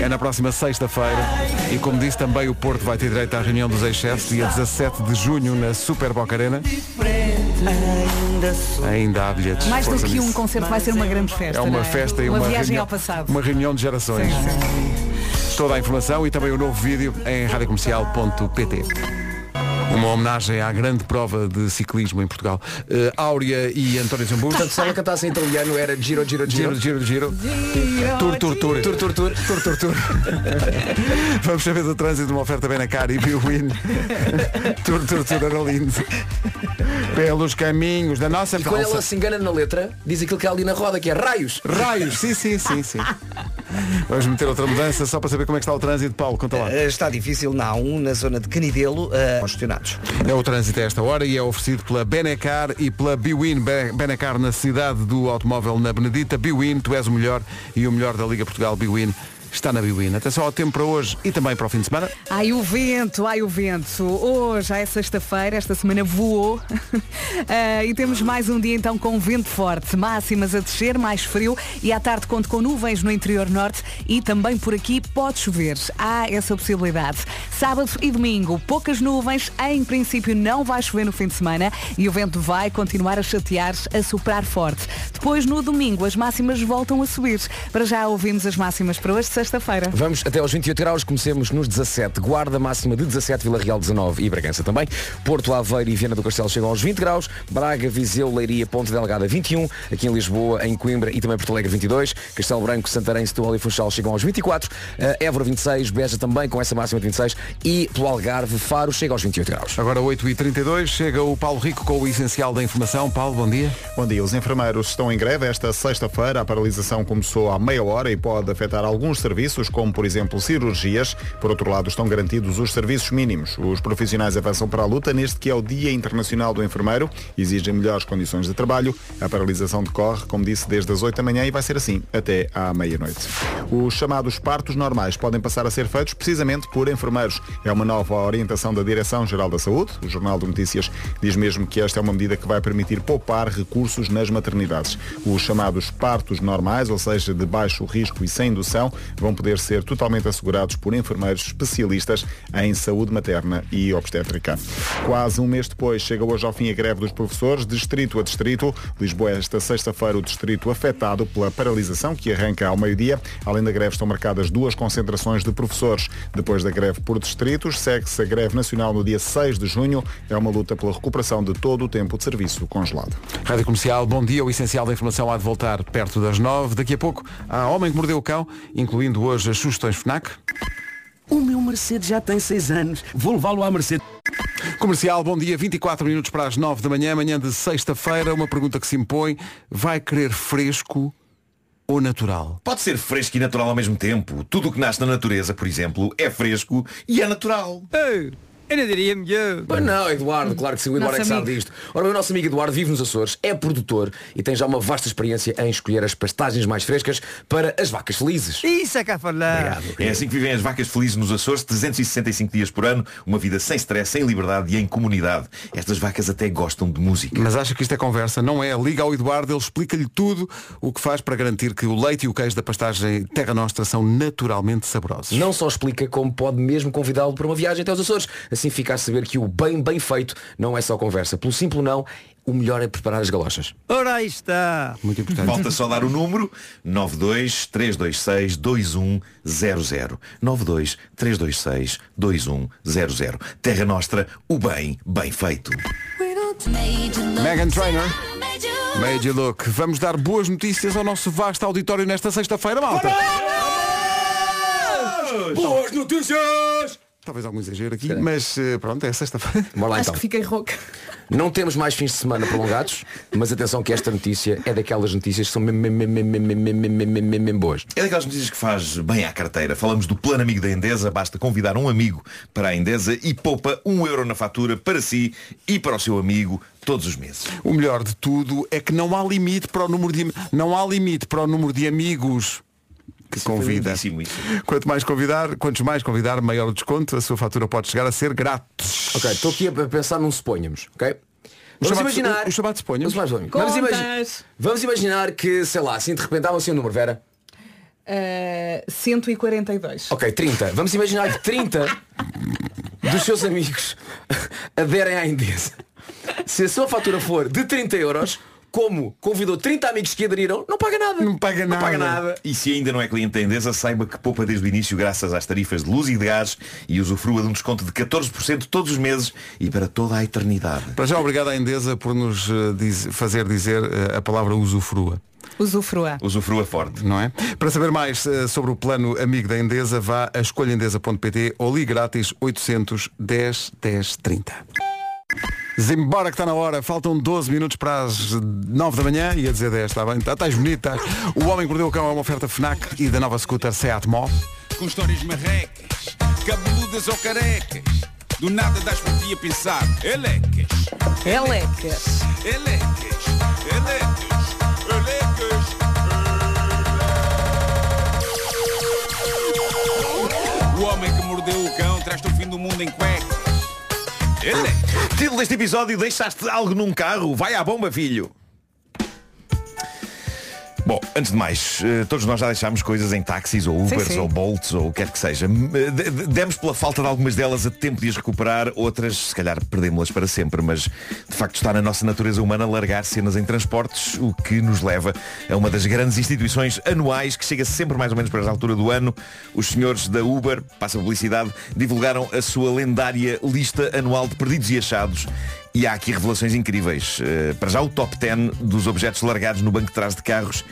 É na próxima sexta-feira. E como disse também, o Porto vai ter direito à reunião dos ex-chefes dia 17 de junho na Super Boca Arena. Ainda há bilhetes. Mais do força que um nisso. concerto, vai ser uma grande festa. É uma não festa e uma, uma, viagem reunião, ao passado. uma reunião de gerações. Toda a informação e também o novo vídeo em radiocomercial.pt. Uma homenagem à grande prova de ciclismo em Portugal. Eh, Áurea e António Zambujo. portanto, se ela cantasse em italiano era giro, giro, giro. Giro, giro, giro. Tur, tur, tur. Tur, tur, tur. Tur, tur, tur. Vamos saber do trânsito, uma oferta bem na cara e Biwin. tur, tur, tur, era lindo. Pelos caminhos da nossa Quando ela calça. se engana na letra, diz aquilo que há ali na roda, que é raios. Raios, sim, sim, sim, sim. Vamos meter outra mudança só para saber como é que está o trânsito. Paulo, conta lá. Eh, Está difícil na A1, na zona de Canidelo, eh, congestionados. É o trânsito a esta hora e é oferecido pela Benecar e pela Biwin. Be- Benecar na cidade do automóvel na Benedita. Biwin, tu és o melhor e o melhor da Liga Portugal. Biwin está na Biwin. Atenção ao tempo para hoje e também para o fim de semana. Ai o vento, ai o vento. Hoje é sexta-feira, esta semana voou. Ah, e temos mais um dia então com vento forte, máximas a descer, mais frio e à tarde conto com nuvens no interior norte e também por aqui pode chover. Há essa possibilidade. Sábado e domingo, poucas nuvens, em princípio não vai chover no fim de semana e o vento vai continuar a chatear, a soprar forte. Depois no domingo as máximas voltam a subir. Para já ouvimos as máximas para hoje, sexta-feira. Vamos até aos 28 graus, comecemos nos 17. Guarda máxima de 17, Vila Real 19 e Bragança também. Porto Aveiro e Viana do Castelo chegam aos 20 graus. Braga, Viseu, Leiria, Ponte Delgada 21. Aqui em Lisboa, em Coimbra e também Porto Alegre 22. Castelo Branco, Santarém, Setúbal e Funchal chegam aos 24. Eh, Évora 26, Beja também com essa máxima de 26. E pelo Algarve, Faro chega aos 28 graus. Agora 8h32, chega o Paulo Rico com o essencial da informação. Paulo, bom dia. Bom dia. Os enfermeiros estão em greve esta sexta-feira. A paralisação começou há meia hora e pode afetar alguns serviços, como, por exemplo, cirurgias. Por outro lado, estão garantidos os serviços mínimos. Os profissionais avançam para a luta neste que é o Dia Internacional do Enfermeiro. Exigem melhores condições de trabalho. A paralisação decorre, como disse, desde as 8 da manhã e vai ser assim até à meia-noite. Os chamados partos normais podem passar a ser feitos precisamente por enfermeiros. É uma nova orientação da Direção-Geral da Saúde. O Jornal de Notícias diz mesmo que esta é uma medida que vai permitir poupar recursos nas maternidades. Os chamados partos normais, ou seja, de baixo risco e sem indução, vão poder ser totalmente assegurados por enfermeiros especialistas em saúde materna e obstétrica. Quase um mês depois chega hoje ao fim a greve dos professores, distrito a distrito. Lisboa é esta sexta-feira o distrito afetado pela paralisação que arranca ao meio-dia. Além da greve estão marcadas duas concentrações de professores. Depois da greve por distritos, segue-se a greve nacional no dia 6 de junho. É uma luta pela recuperação de todo o tempo de serviço congelado. Rádio Comercial, bom dia. O essencial da informação há de voltar perto das nove. Daqui a pouco há Homem que Mordeu o Cão, incluindo hoje as sugestões FNAC. O meu Mercedes já tem seis anos. Vou levá-lo à Mercedes. Comercial, bom dia, 24 minutos para as 9 da manhã, manhã de sexta-feira, uma pergunta que se impõe, vai querer fresco ou natural? Pode ser fresco e natural ao mesmo tempo. Tudo o que nasce na natureza, por exemplo, é fresco e é natural. Ei, eu não diria melhor. Mas não, Eduardo, claro que sim, o Eduardo Nosso é que sabe amigo. disto. Ora, o nosso amigo Eduardo vive nos Açores, é produtor e tem já uma vasta experiência em escolher as pastagens mais frescas para as vacas felizes. Isso é cá falar. É assim que vivem as vacas felizes nos Açores, 365 dias por ano, uma vida sem stress, sem liberdade e em comunidade. Estas vacas até gostam de música. Mas acha que isto é conversa? Não é. Liga ao Eduardo, ele explica-lhe tudo o que faz para garantir que o leite e o queijo da pastagem Terra Nostra são naturalmente saborosos. Não só explica como pode mesmo convidá-lo para uma viagem até aos Açores. Assim fica a saber que o bem bem feito não é só conversa. Pelo simples não, o melhor é preparar as galochas. Ora aí está. Muito importante. Falta só dar o número 92 326 2100 92 326 2100 Terra Nostra, o bem, bem feito. Megan Trainor, Made You Look. Vamos dar boas notícias ao nosso vasto auditório nesta sexta-feira, malta. Boas notícias! Talvez algum exagero aqui, mas eh, pronto, é sexta-feira. Bora lá Acho então. que fiquei rouca. Não temos mais fins de semana prolongados, mas atenção que esta notícia é daquelas notícias que são mesmo, mesmo, mesmo, mesmo, mesmo, mesmo, mesmo, mesmo, mesmo boas. É daquelas notícias que faz bem à carteira. Falamos do plano amigo da Endesa, basta convidar um amigo para a Endesa e poupa um euro na fatura para si e para o seu amigo todos os meses. O melhor de tudo é que não há limite para o número de, não há limite para o número de amigos que convida. Lindíssimo isso. Quanto mais convidar, quantos mais convidar, maior o desconto, a sua fatura pode chegar a ser grátis. Ok, estou aqui a pensar num suponhamos, ok? Vamos chamado- imaginar. o- o chamado suponhamos? Vamos, lá, vamos, imagi- Contas. vamos imaginar que, sei lá, assim de repente dava assim um número, Vera. Ah, 142. Ok, 30. Vamos imaginar que 30 dos seus amigos aderem à Endesa. Se a sua fatura for de 30 euros, como convidou 30 amigos que aderiram, não paga nada. Não paga Não paga nada. nada. E se ainda não é cliente da Endesa, saiba que poupa desde o início graças às tarifas de luz e de gás e usufrua de um desconto de 14% todos os meses e para toda a eternidade. Para já, obrigado à Endesa por nos eh, diz- fazer dizer eh, a palavra usufrua. Usufrua. Usufrua forte. não é? Para saber mais eh, sobre o plano amigo da Endesa, vá a escolhaendesa.pt ou ligue grátis 810 10 30. Zimbora que está na hora, faltam 12 minutos para as 9 da manhã, ia dizer 10, está bem? Tá- Estás bonita. O Homem que Mordeu o Cão é uma oferta FNAC e da nova scooter Seat Mó. com histórias marrecas, cabeludas ou carecas. Do nada das por ti a pensar, elecas, Elecas. elecas, elecas, elecas. O homem que mordeu o cão traz-te o fim do mundo em cuecas. Elecas. é. Título deste episódio, deixaste algo num carro, vai à bomba, filho. Bom, antes de mais, eh, todos nós já deixámos coisas em táxis ou Ubers sim. ou Bolts ou o que quer que seja. M- eh, de- de- Demos pela falta de algumas delas a tempo de as recuperar, outras se calhar perdemos-las para sempre, mas de facto está na nossa natureza humana largar cenas em transportes, o que nos leva a uma das grandes instituições anuais que chega sempre mais ou menos para esta altura do ano. Os senhores da Uber, passa a publicidade, divulgaram a sua lendária lista anual de perdidos e achados e há aqui revelações incríveis. Eh, para já o top 10 dos objetos largados no banco de trás de carros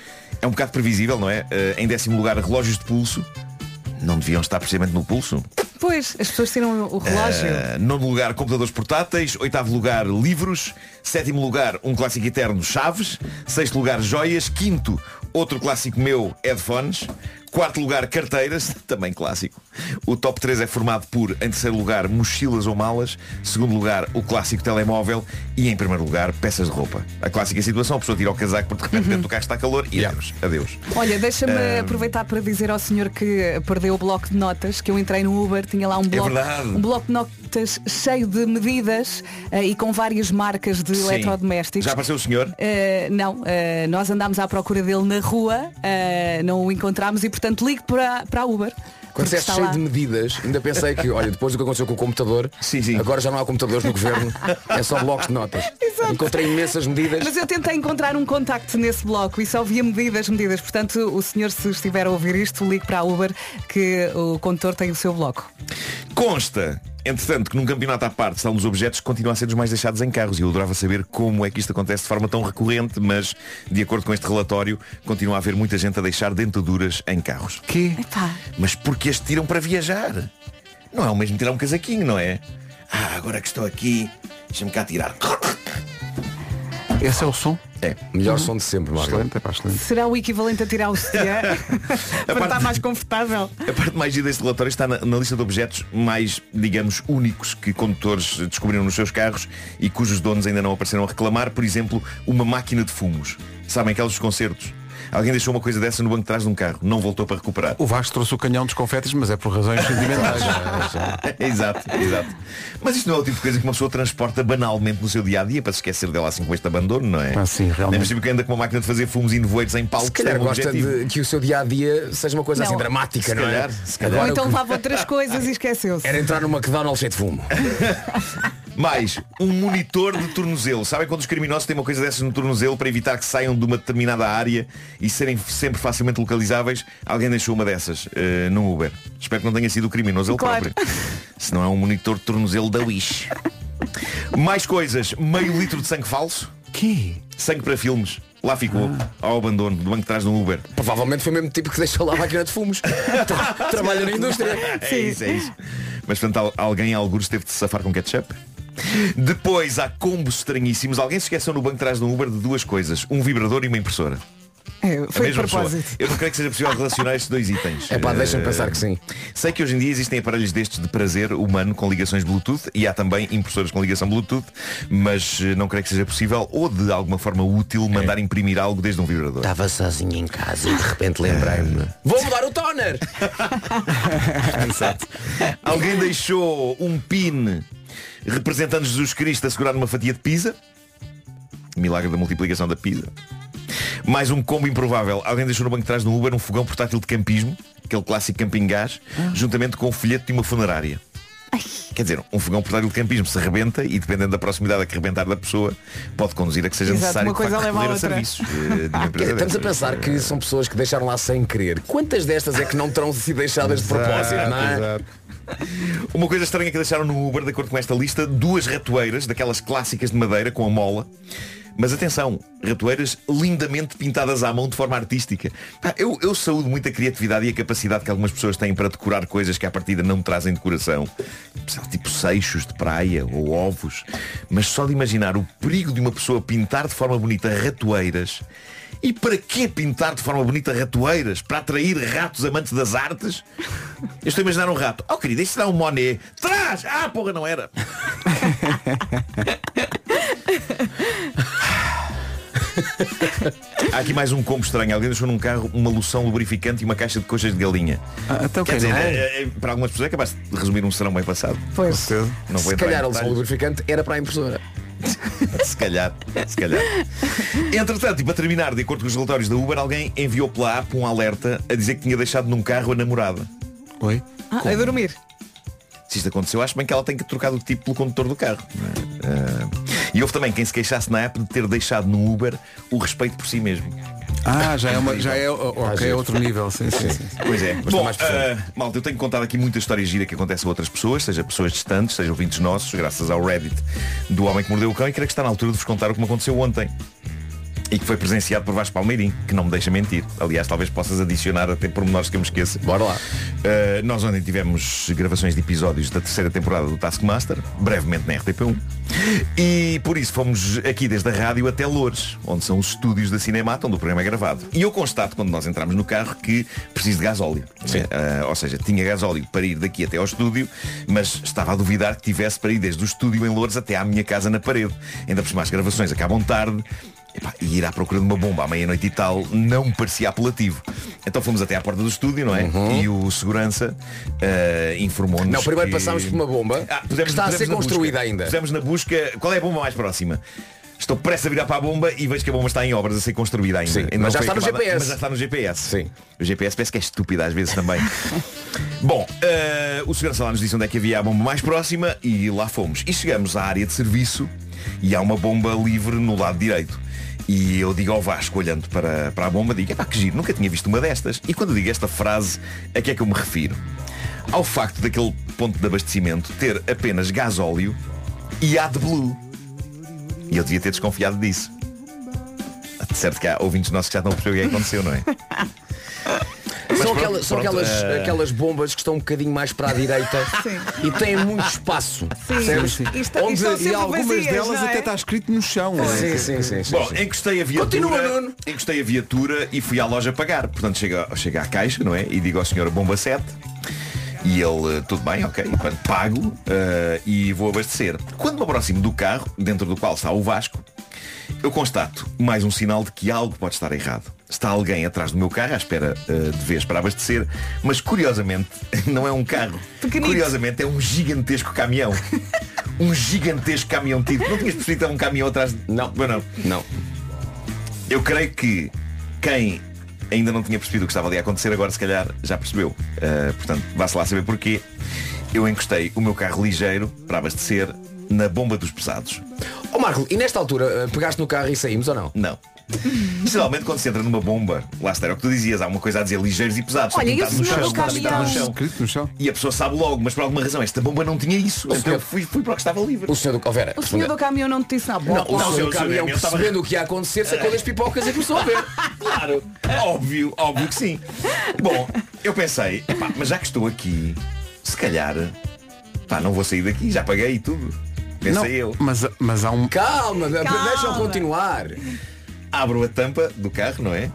é um bocado previsível, não é? Eh, em décimo lugar, relógios de pulso. Não deviam estar precisamente no pulso. Pois, as pessoas tiram o relógio. Eh, nono lugar, computadores portáteis. Oitavo lugar, livros. Sétimo lugar, um clássico eterno, chaves. Sexto lugar, joias. Quinto, outro clássico meu, headphones. Quarto lugar, carteiras, também clássico. O top 3 é formado por, em terceiro lugar, mochilas ou malas. Segundo lugar, o clássico telemóvel. E em primeiro lugar, peças de roupa. A clássica situação, a pessoa tira o casaco porque de repente dentro do carro está calor e adeus. adeus. Uhum. Eh, Olha, deixa-me aproveitar para dizer ao senhor que perdeu o bloco de notas, que eu entrei no Uber, tinha lá um bloco, É verdade. um bloco de notas cheio de medidas eh, e com várias marcas de Sim. eletrodomésticos. Já apareceu o senhor? Eh, não, eh, nós andámos à procura dele na rua, eh, não o encontramos e Portanto, ligue para, para a Uber. Quando porque disseste está cheio lá. de medidas, ainda pensei que, olha, depois do que aconteceu com o computador, agora já não há computadores no governo, é só blocos de notas. Encontrei imensas medidas. Mas eu tentei encontrar um contacto nesse bloco e só via medidas, medidas. Portanto, o senhor, se estiver a ouvir isto, ligue para a Uber que o condutor tem o seu bloco. Consta, entretanto, que num campeonato à parte são dos objetos que continuam a ser os mais deixados em carros. E eu adorava saber como é que isto acontece de forma tão recorrente, mas, de acordo com este relatório, continua a haver muita gente a deixar dentaduras em carros. Que? Mas porque as tiram para viajar? Não é o mesmo tirar um casaquinho, não é? Ah, agora que estou aqui, deixa-me cá tirar. Esse é o som? É. Melhor som de sempre, Marco. Excelente, é pá, excelente. Será o equivalente a tirar o sutiã para parte- estar mais confortável? A parte mais gira deste relatório está na, na lista de objetos mais, digamos, únicos que condutores descobriram nos seus carros e cujos donos ainda não apareceram a reclamar. Por exemplo, uma máquina de fumos. Sabem aqueles dos concertos? Alguém deixou uma coisa dessa no banco de trás de um carro, não voltou para recuperar. O Vasco trouxe o canhão dos confetes, mas é por razões sentimentais. exato, exato. Mas isto não é o tipo de coisa que uma pessoa transporta banalmente no seu dia a dia para se esquecer dela assim com este abandono, não é? Ah, sim, realmente. É possível que anda com uma máquina de fazer fumos e nevoeiros em palco. Se calhar gosta de que o seu dia a dia seja uma coisa Não. assim dramática, um Se não é? calhar, se calhar. Ou Agora então o que- levava outras coisas e esqueceu-se. Era entrar numa McDonald's cheio de fumo. Mais, um monitor de tornozelo. Sabem quando os criminosos têm uma coisa dessas no tornozelo para evitar que saiam de uma determinada área e serem sempre facilmente localizáveis? Alguém deixou uma dessas eh, num Uber. Espero que não tenha sido o criminoso ele Claro. próprio. Se não é um monitor de tornozelo da Wish. Mais coisas, meio litro de sangue falso. Que? Sangue para filmes. Lá ficou, ao abandono, do banco de trás de um Uber. Ah. Provavelmente foi o mesmo tipo que deixou lá a máquina de fumos. Tra- Trabalha na indústria. É isso, é isso. Mas portanto al- alguém alguns teve de se safar com ketchup. Depois há combos estranhíssimos. Alguém se esqueceu no banco de trás de um Uber de duas coisas. Um vibrador e uma impressora. É, a foi de mesma pessoa. propósito. Eu não creio que seja possível relacionar estes dois itens. É pá, deixa-me Eh, pensar que sim. Sei que hoje em dia existem aparelhos destes de prazer humano com ligações Bluetooth e há também impressoras com ligação Bluetooth, mas eh, não creio que seja possível ou de alguma forma útil mandar imprimir algo desde um vibrador. Eh. Estava sozinho em casa e de repente lembrei-me. Vou mudar o toner! Exato. Alguém deixou um pin representando Jesus Cristo a segurar numa fatia de pizza. Milagre da multiplicação da pizza. Mais um combo improvável. Alguém deixou no banco de trás do Uber um fogão portátil de campismo, aquele clássico camping gás, Ah. juntamente com o folheto de uma funerária. Quer dizer, um fogão portátil de campismo se rebenta e dependendo da proximidade a que rebentar da pessoa, pode conduzir a que seja Exato, necessário uma de coisa facto, leva à recorrer a outra. serviços. eh, de uma empresa Ah, eh, Estamos a dessas. pensar que são pessoas que deixaram lá sem querer. Quantas destas é que não terão sido deixadas de propósito, não é? Exato. Uma coisa estranha é que deixaram no Uber, de acordo com esta lista, duas ratoeiras, daquelas clássicas de madeira com a mola. Mas atenção, ratoeiras lindamente pintadas à mão de forma artística. Pá, eu, eu saúdo muito a criatividade e a capacidade que algumas pessoas têm para decorar coisas que à partida não trazem decoração. Sei lá, Tipo seixos de praia ou ovos. Mas só de imaginar o perigo de uma pessoa pintar de forma bonita ratoeiras e para que pintar de forma bonita ratoeiras? Para atrair ratos amantes das artes? Eu estou a imaginar um rato. Oh querido, isto dá um Monet. Traz! Ah, porra, não era. Há aqui mais um combo estranho. Alguém deixou num carro uma loção lubrificante e uma caixa de coxas de galinha. então Quer quem dizer, não? é- é- para algumas pessoas é capaz de resumir um serão bem passado. Pois. Não vou entrar Se em calhar a lesão detalhes. lubrificante era para a impressora. Se calhar, se calhar. Entretanto, e para terminar, de acordo com os relatórios da Uber, alguém enviou pela app um alerta a dizer que tinha deixado num carro a namorada. Oi? Ah, a dormir. Se isto aconteceu, acho bem que ela tem que trocar o tipo pelo condutor do carro. não é? Ah, e houve também quem se queixasse na app de ter deixado no Uber o respeito por si mesmo. Ah, já é, uma, já é, oh, ok, é outro nível. Sim, sim, sim. Pois é. Mas Bom, está mais profundo. ah, malta, eu tenho contado aqui muita história gira que acontece a outras pessoas, seja pessoas distantes, seja ouvintes nossos, graças ao Reddit do Homem que Mordeu o Cão, e creio que está na altura de vos contar o que me aconteceu ontem. E que foi presenciado por Vasco Palmeirim, que não me deixa mentir. Aliás, talvez possas adicionar até pormenores que eu me esqueça. Bora lá. nós ontem tivemos gravações de episódios da terceira temporada do Taskmaster, brevemente na RTP1. E por isso fomos aqui desde a rádio até Loures, onde são os estúdios da Cinemata, onde o programa é gravado. E eu constato, quando nós entramos no carro, que preciso de gasóleo. Eh, ou seja, tinha gasóleo para ir daqui até ao estúdio, mas estava a duvidar que tivesse para ir desde o estúdio em Loures até à minha casa na parede. Ainda por cima as gravações acabam tarde. Epá, e ir à procura de uma bomba à meia-noite e tal não me parecia apelativo. Então fomos até à porta do estúdio, não é? E o segurança eh, informou-nos. Uhum. Não, primeiro que... passámos por uma bomba Ah, pusemos- que está a pusemos ser na construída busca. ainda. Pusemos na busca. Qual é a bomba mais próxima? Estou prestes a virar para a bomba e vejo que a bomba está em obras a ser construída ainda. Sim, Ainda mas não já foi está no acabada, GPS. Mas já está no GPS. Sim. O GPS parece que é estúpido às vezes também. Bom, eh, o segurança lá nos disse onde é que havia a bomba mais próxima e lá fomos. E chegamos à área de serviço e há uma bomba livre no lado direito. E eu digo ao Vasco, olhando para, para a bomba, digo, epá, que giro, nunca tinha visto uma destas. E quando eu digo esta frase, a que é que eu me refiro? Ao facto daquele ponto de abastecimento ter apenas gasóleo e AdBlue. E eu devia ter desconfiado disso. De certo que há ouvintes nossos que já estão a perceber o que é que aconteceu, não é? Mas São, pronto, aquelas, são pronto, aquelas, eh, aquelas bombas que estão um bocadinho mais para a direita e têm muito espaço. Sim. percebes? Sim, sim. Isto- isto são e sempre algumas vazias, delas não é? até está escrito no chão. é? Sim, sim, sim. sim, Bom, sim. encostei a viatura. Continua, Nuno. Encostei a viatura e fui à loja pagar. Portanto, chega, chega à caixa, não é? E digo ao senhor bomba 7. E ele, tudo bem, ok, pronto, pago eh, e vou abastecer. Quando me aproximo do carro, dentro do qual está o Vasco, eu constato mais um sinal de que algo pode estar errado. Está alguém atrás do meu carro à espera eh, de vez para abastecer, mas curiosamente não é um carro. Pequenito. Curiosamente é um gigantesco caminhão. um gigantesco caminhão tipo. Não tinhas percebido que era um caminhão atrás de. Não, mas não. Não. Eu creio que quem ainda não tinha percebido o que estava ali a acontecer, agora se calhar já percebeu. Uh, portanto, vá-se lá saber porquê. Eu encostei o meu carro ligeiro para abastecer na bomba dos pesados. Ó Marco, e nesta altura eh, pegaste no carro e saímos ou não? Não. Geralmente quando se entra numa bomba, lá está, era o que tu dizias, há uma coisa a dizer ligeiros e pesados. só Olha, pintado e o no senhor chão, do nada pintado no caminhão? chão. E a pessoa sabe logo, mas por alguma razão esta bomba não tinha isso. Então eu fui, fui para o que estava livre. O senhor do oh, Covera. O senhor do caminhão não te disse na Não, boca. o senhor do senhor caminhão Daniel estava- percebendo o que ia acontecer, sacou das pipocas e começou a ver. Claro, óbvio, óbvio que sim. Bom, eu pensei, "Epá, mas já que estou aqui, se calhar, pá, não vou sair daqui, já paguei e tudo. Pensei Não, eu. Mas, mas há um. Calma, Calma. deixa-o continuar. Abro a tampa do carro, não é?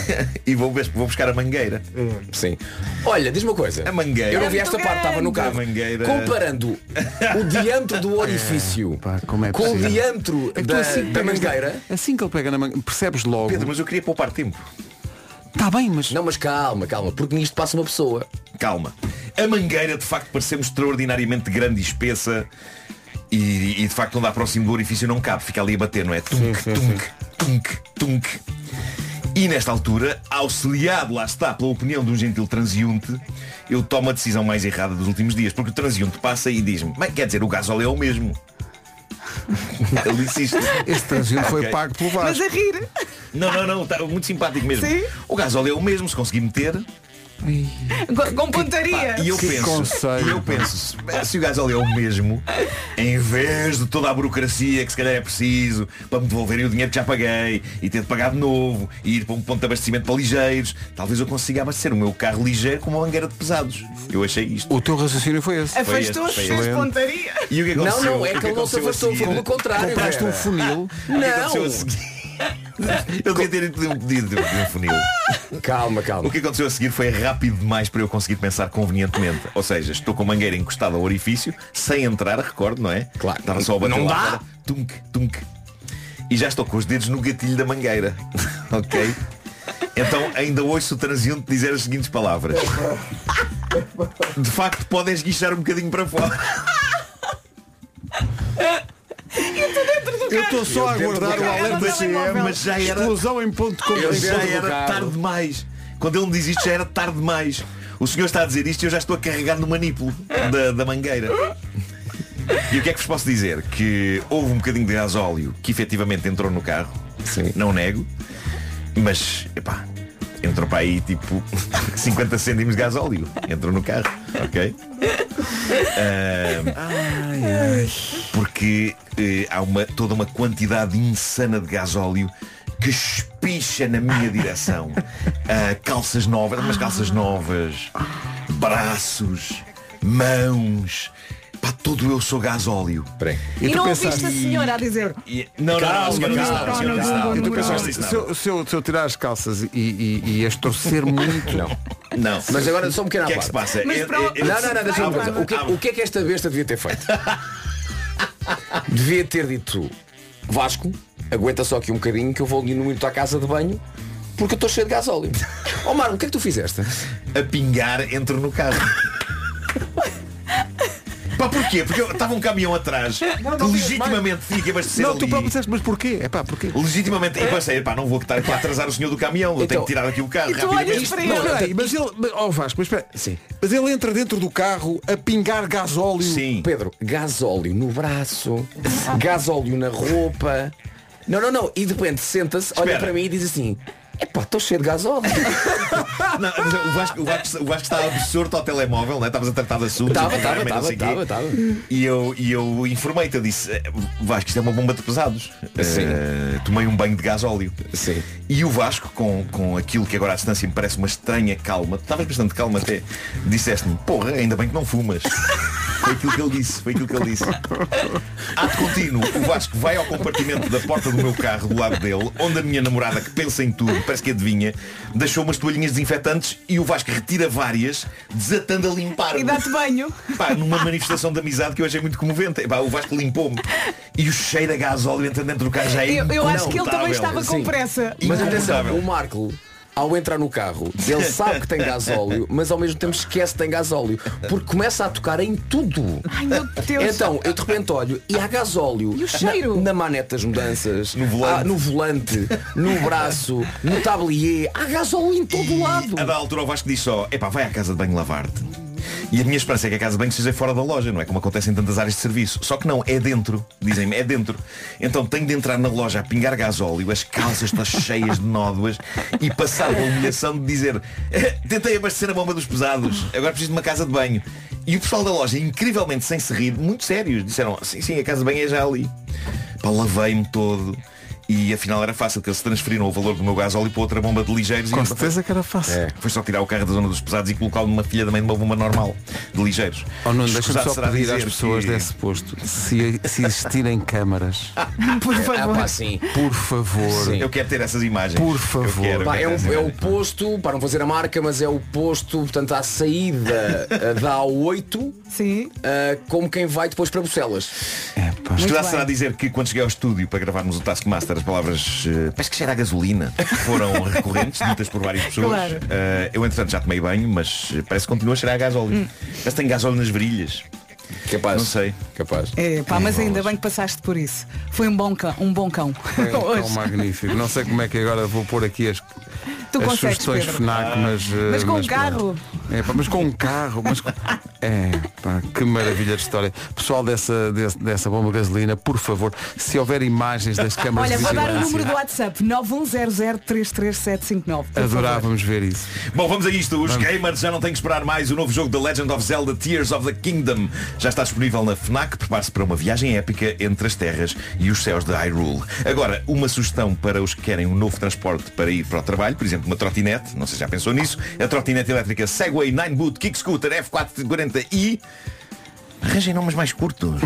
e vou, bes- vou buscar a mangueira. É. Sim. Olha, diz uma coisa. A mangueira. Eu não vi esta parte, estava no carro. A mangueira. Comparando o diâmetro do orifício como é com o possível? diâmetro É que tu da, assim da pegas- mangueira. Assim que ele pega na mangueira, percebes logo. Pedro, mas eu queria poupar tempo. Está Tá bem, mas. Não, mas calma, calma, porque nisto passa uma pessoa. Calma. A mangueira de facto pareceu extraordinariamente grande e espessa e, e, de facto onde há próximo do orifício não cabe, fica ali a bater, não é? Tunk, tunk, tunk, tunk. E nesta altura, auxiliado lá está pela opinião de um gentil transeunte, eu tomo a decisão mais errada dos últimos dias, porque o transeunte passa e diz-me, mas quer dizer, o gasóleo é o mesmo. Ele disse isto. Esse transeunte foi Ok. pago pelo Vasco. rir. Não, não, não, está muito simpático mesmo. O gasóleo é o mesmo, se conseguir meter, Com- Com pontaria. Pá, e eu penso, e eu penso, se o gasóleo é o mesmo, em vez de toda a burocracia que se calhar é preciso para me devolverem o dinheiro que já paguei e ter de pagar de novo e ir para um ponto de abastecimento para ligeiros, talvez eu consiga abastecer o meu carro ligeiro com uma mangueira de pesados. Eu achei isto. O teu raciocínio foi esse. Foi este, Afastou-se foi das este. pontaria. E o que aconteceu? Não, não, é O que ele não se aconteceu a afastou, seguir? pelo contrário. Compraste Vera. um funil. O que aconteceu a Não. seguir? Eu devia ter pedido um pedido de um funil. Calma, calma. O que aconteceu a seguir foi rápido demais para eu conseguir pensar convenientemente. Ou seja, estou com a mangueira encostada ao orifício, sem entrar, recordo, não é? Claro. Estava só a bater Não lá dá. fora. Tunk, tunk. E já estou com os dedos no gatilho da mangueira. ok? Então ainda ouço o transeunte dizer as seguintes palavras. De facto, podem esguichar um bocadinho para fora. Eu estou só a aguardar o alerta da CM, mas já era. Explosão em ponto com Eu é já era tarde demais. Quando ele me diz isto já era tarde demais. O senhor está a dizer isto e eu já estou a carregar no manípulo da, da mangueira. E o que é que vos posso dizer? Que houve um bocadinho de gasóleo que efetivamente entrou no carro. Não nego. Mas, epá, entrou para aí tipo 50 cêntimos de gasóleo. Entrou no carro, ok? Ahm, porque eh, há uma, toda uma quantidade insana de gasóleo que espicha na minha direção. Ah, calças novas, umas calças novas, braços, mãos. Pá, todo eu sou gasóleo. E, não ouviste a senhora a dizer. E- Não, não, não, Calma, o senhor não disse calma, nada, o senhor não disse calma. nada. E tu Não pensaste, disse assim, se nada. eu- se eu se eu tirar as calças e- e e as torcer muito. Não. Não. Mas agora só um pequeno O que à é que se parte. passa? Eu- eu- eu- Não, não, não, deixa-me Ah, uma coisa. O que, ah, o que é que esta besta devia ter feito? devia ter dito Vasco, aguenta só aqui um bocadinho que eu vou ali no minuto à casa de banho porque eu estou cheio de gás óleo. Ó Oh, Marco, o que é que tu fizeste? A pingar entro no carro. Pá, porquê? Porque eu- estava um caminhão atrás. Não, não digas legitimamente tinha que abastecer Não, ali. tu próprio disseste, mas porquê? É pá, porquê? Legitimamente. E pensei, pá, não vou estar aqui a atrasar o senhor do caminhão. Eu Então, tenho que tirar aqui o carro rapidamente. Não, espera aí, mas ele. mas- Oh Vasco, mas espera. Mas ele entra dentro do carro a pingar gasóleo. Sim. Pedro, gasóleo no braço, gasóleo na roupa. Não, não, não. E de repente senta-se, olha para mim e diz assim. Epá, estou cheio de gasóleo. Não, mas o Vasco, o Vasco, o Vasco está absorto ao telemóvel, né? Estavas a tratar de assuntos. Tava, e de tava, ferramentas, tava, não sei quê. tava, tava. E eu, e eu informei-te, eu disse, "Eh, Vasco, isto é uma bomba de pesados. Sim. Eh, tomei um banho de gás óleo. Sim. E o Vasco, com, com aquilo que agora à distância me parece uma estranha calma, tu estavas bastante calma até, disseste-me, porra, ainda bem que não fumas. Foi aquilo que ele disse, foi aquilo que ele disse. Ato contínuo, o Vasco vai ao compartimento da porta do meu carro do lado dele, onde a minha namorada, que pensa em tudo, parece que adivinha, deixou umas toalhinhas desinfetantes e o Vasco retira várias, desatando a limpar. E dá-te banho. Pá, numa manifestação de amizade que eu achei muito comovente. Pá, o Vasco limpou-me. E o cheiro a gás óleo entrando dentro do carro já é Eu- eu acho que ele também incontável. estava com Sim. pressa. Mas atenção, Incontável. o Marco, ao entrar no carro, ele sabe que tem gasóleo, mas ao mesmo tempo esquece que tem gasóleo. Porque começa a tocar em tudo. Ai, meu Deus. Então, eu de repente olho e há gasóleo. E o cheiro? Na, na manete das mudanças. No volante. no volante, no braço, no tablier. Há gasóleo em todo o lado. A da altura o Vasco diz só, epá, vai à casa de banho lavar-te. E a minha esperança é que a casa de banho seja fora da loja, não é como acontece em tantas áreas de serviço. Só que não, é dentro, dizem-me, é dentro. Então tenho de entrar na loja a pingar gasóleo, as calças estão cheias de nódoas e passar pela humilhação de dizer "Eh, tentei abastecer a bomba dos pesados, agora preciso de uma casa de banho. E o pessoal da loja, incrivelmente sem se rir, muito sérios, disseram, sim, sim, a casa de banho é já ali. Pá, lavei-me todo. E afinal era fácil que eles transferiram o valor do meu gasóleo para outra bomba de ligeiros Com e certeza que era fácil. é. Foi só tirar o carro da zona dos pesados e colocá-lo numa filha também de uma bomba normal, de ligeiros. Oh, não, deixa-me Escusado só será pedir às dizer pessoas que- desse posto, se, se existirem câmaras, Por favor. por favor. Eu quero ter essas imagens. Por favor. Pá, é, o, é o posto, para não fazer a marca, mas é o posto, portanto, à saída eh, da A8, Sim. como quem vai depois para Bucelas. Escusado será dizer que quando cheguei ao estúdio para gravarmos o Taskmaster as palavras eh, parece que cheira a gasolina foram recorrentes, ditas por várias pessoas. Claro. Eh, eu entretanto já tomei banho, mas eh, parece que continua a cheirar a Hum. gasóleo. Parece que tem gasóleo nas virilhas. Capaz. Não sei. Capaz. É, pá, mas ainda bem que passaste por isso. Foi um bom cão. Um bom cão. É um Hoje. tão magnífico. Não sei como é que agora vou pôr aqui as, Tu as consegues, sugestões Pedro. FNAC, mas. eh, Mas com um pronto. carro. É, pá, mas com um carro, mas com- É, pá, que maravilha de história. Pessoal dessa, desse- dessa bomba de gasolina, por favor, se houver imagens das câmaras Olha, de vou dar o vigilância, número do WhatsApp. 910033759. por favor. adorávamos ver isso. Bom, vamos a isto. Os gamers já não têm que esperar mais. O novo jogo The Legend of Zelda Tears of the Kingdom já está disponível na FNAC. Prepare-se para uma viagem épica entre as terras e os céus de Hyrule. Agora, uma sugestão para os que querem um novo transporte para ir para o trabalho, por exemplo, uma trotinete, não sei se já pensou nisso, a trotinete elétrica Segway 9-Boot Kick Scooter F440i Arranjem nomes mais curtos.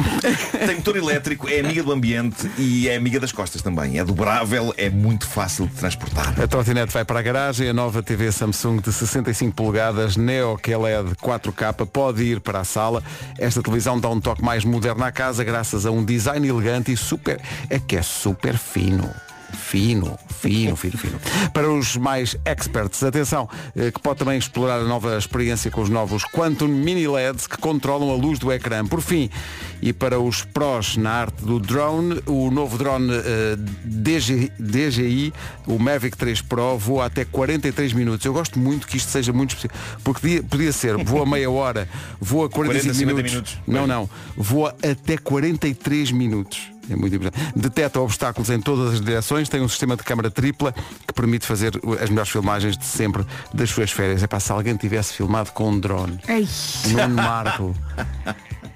Tem motor elétrico, é amiga do ambiente e é amiga das costas também. É dobrável, é muito fácil de transportar. A trotinete vai para a garagem, a nova TV Samsung de 65 polegadas, Neo QLED 4K, pode ir para a sala. Esta televisão dá um toque mais moderno à casa graças a um design elegante e super. É que é super fino. Fino, fino, fino, fino. Para os mais experts, atenção, eh, que pode também explorar a nova experiência com os novos Quantum Mini LEDs que controlam a luz do ecrã. Por fim, e para os prós na arte do drone, o novo drone eh, DG DJI, o Mavic 3 Pro, voa até 43 minutos. Eu gosto muito que isto seja muito específico, porque podia, podia ser voa meia hora, voa 40, 45 50 minutos. minutos. Não, não, voa até 43 minutos. É muito importante. Deteta obstáculos em todas as direções, tem um sistema de câmara tripla que permite fazer as melhores filmagens de sempre das suas férias. É para se alguém tivesse filmado com um drone. Ei. Nuno Marco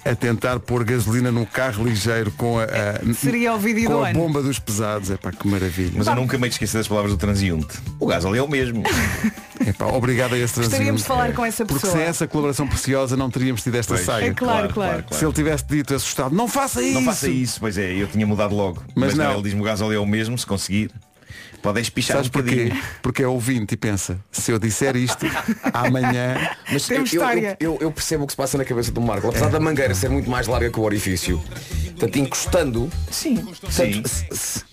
a tentar pôr gasolina num carro ligeiro com a, a- Seria o vídeo com do a ano. bomba dos pesados. É pá, que maravilha. Mas eu nunca me esqueci das palavras do transiunte. O gás ali é o mesmo. Epá, obrigado a esse transiunte. Gostaríamos de falar com essa Porque pessoa. é sem essa colaboração preciosa não teríamos tido esta Pois, saga. É claro, claro, claro. Se ele tivesse dito assustado, não faça isso! Não faça isso, pois é, eu tinha mudado logo. Mas Mas, não. não, ele diz-me o gás ali é o mesmo, se conseguir. Pode espichar Sabes um porquê? bocadinho. Porque é ouvinte e pensa, se eu disser isto, amanhã. Mas eu- eu, eu, eu percebo o que se passa na cabeça do Marco. Apesar da mangueira ser muito mais larga que o orifício, Portanto, encostando. Sim. Se, se-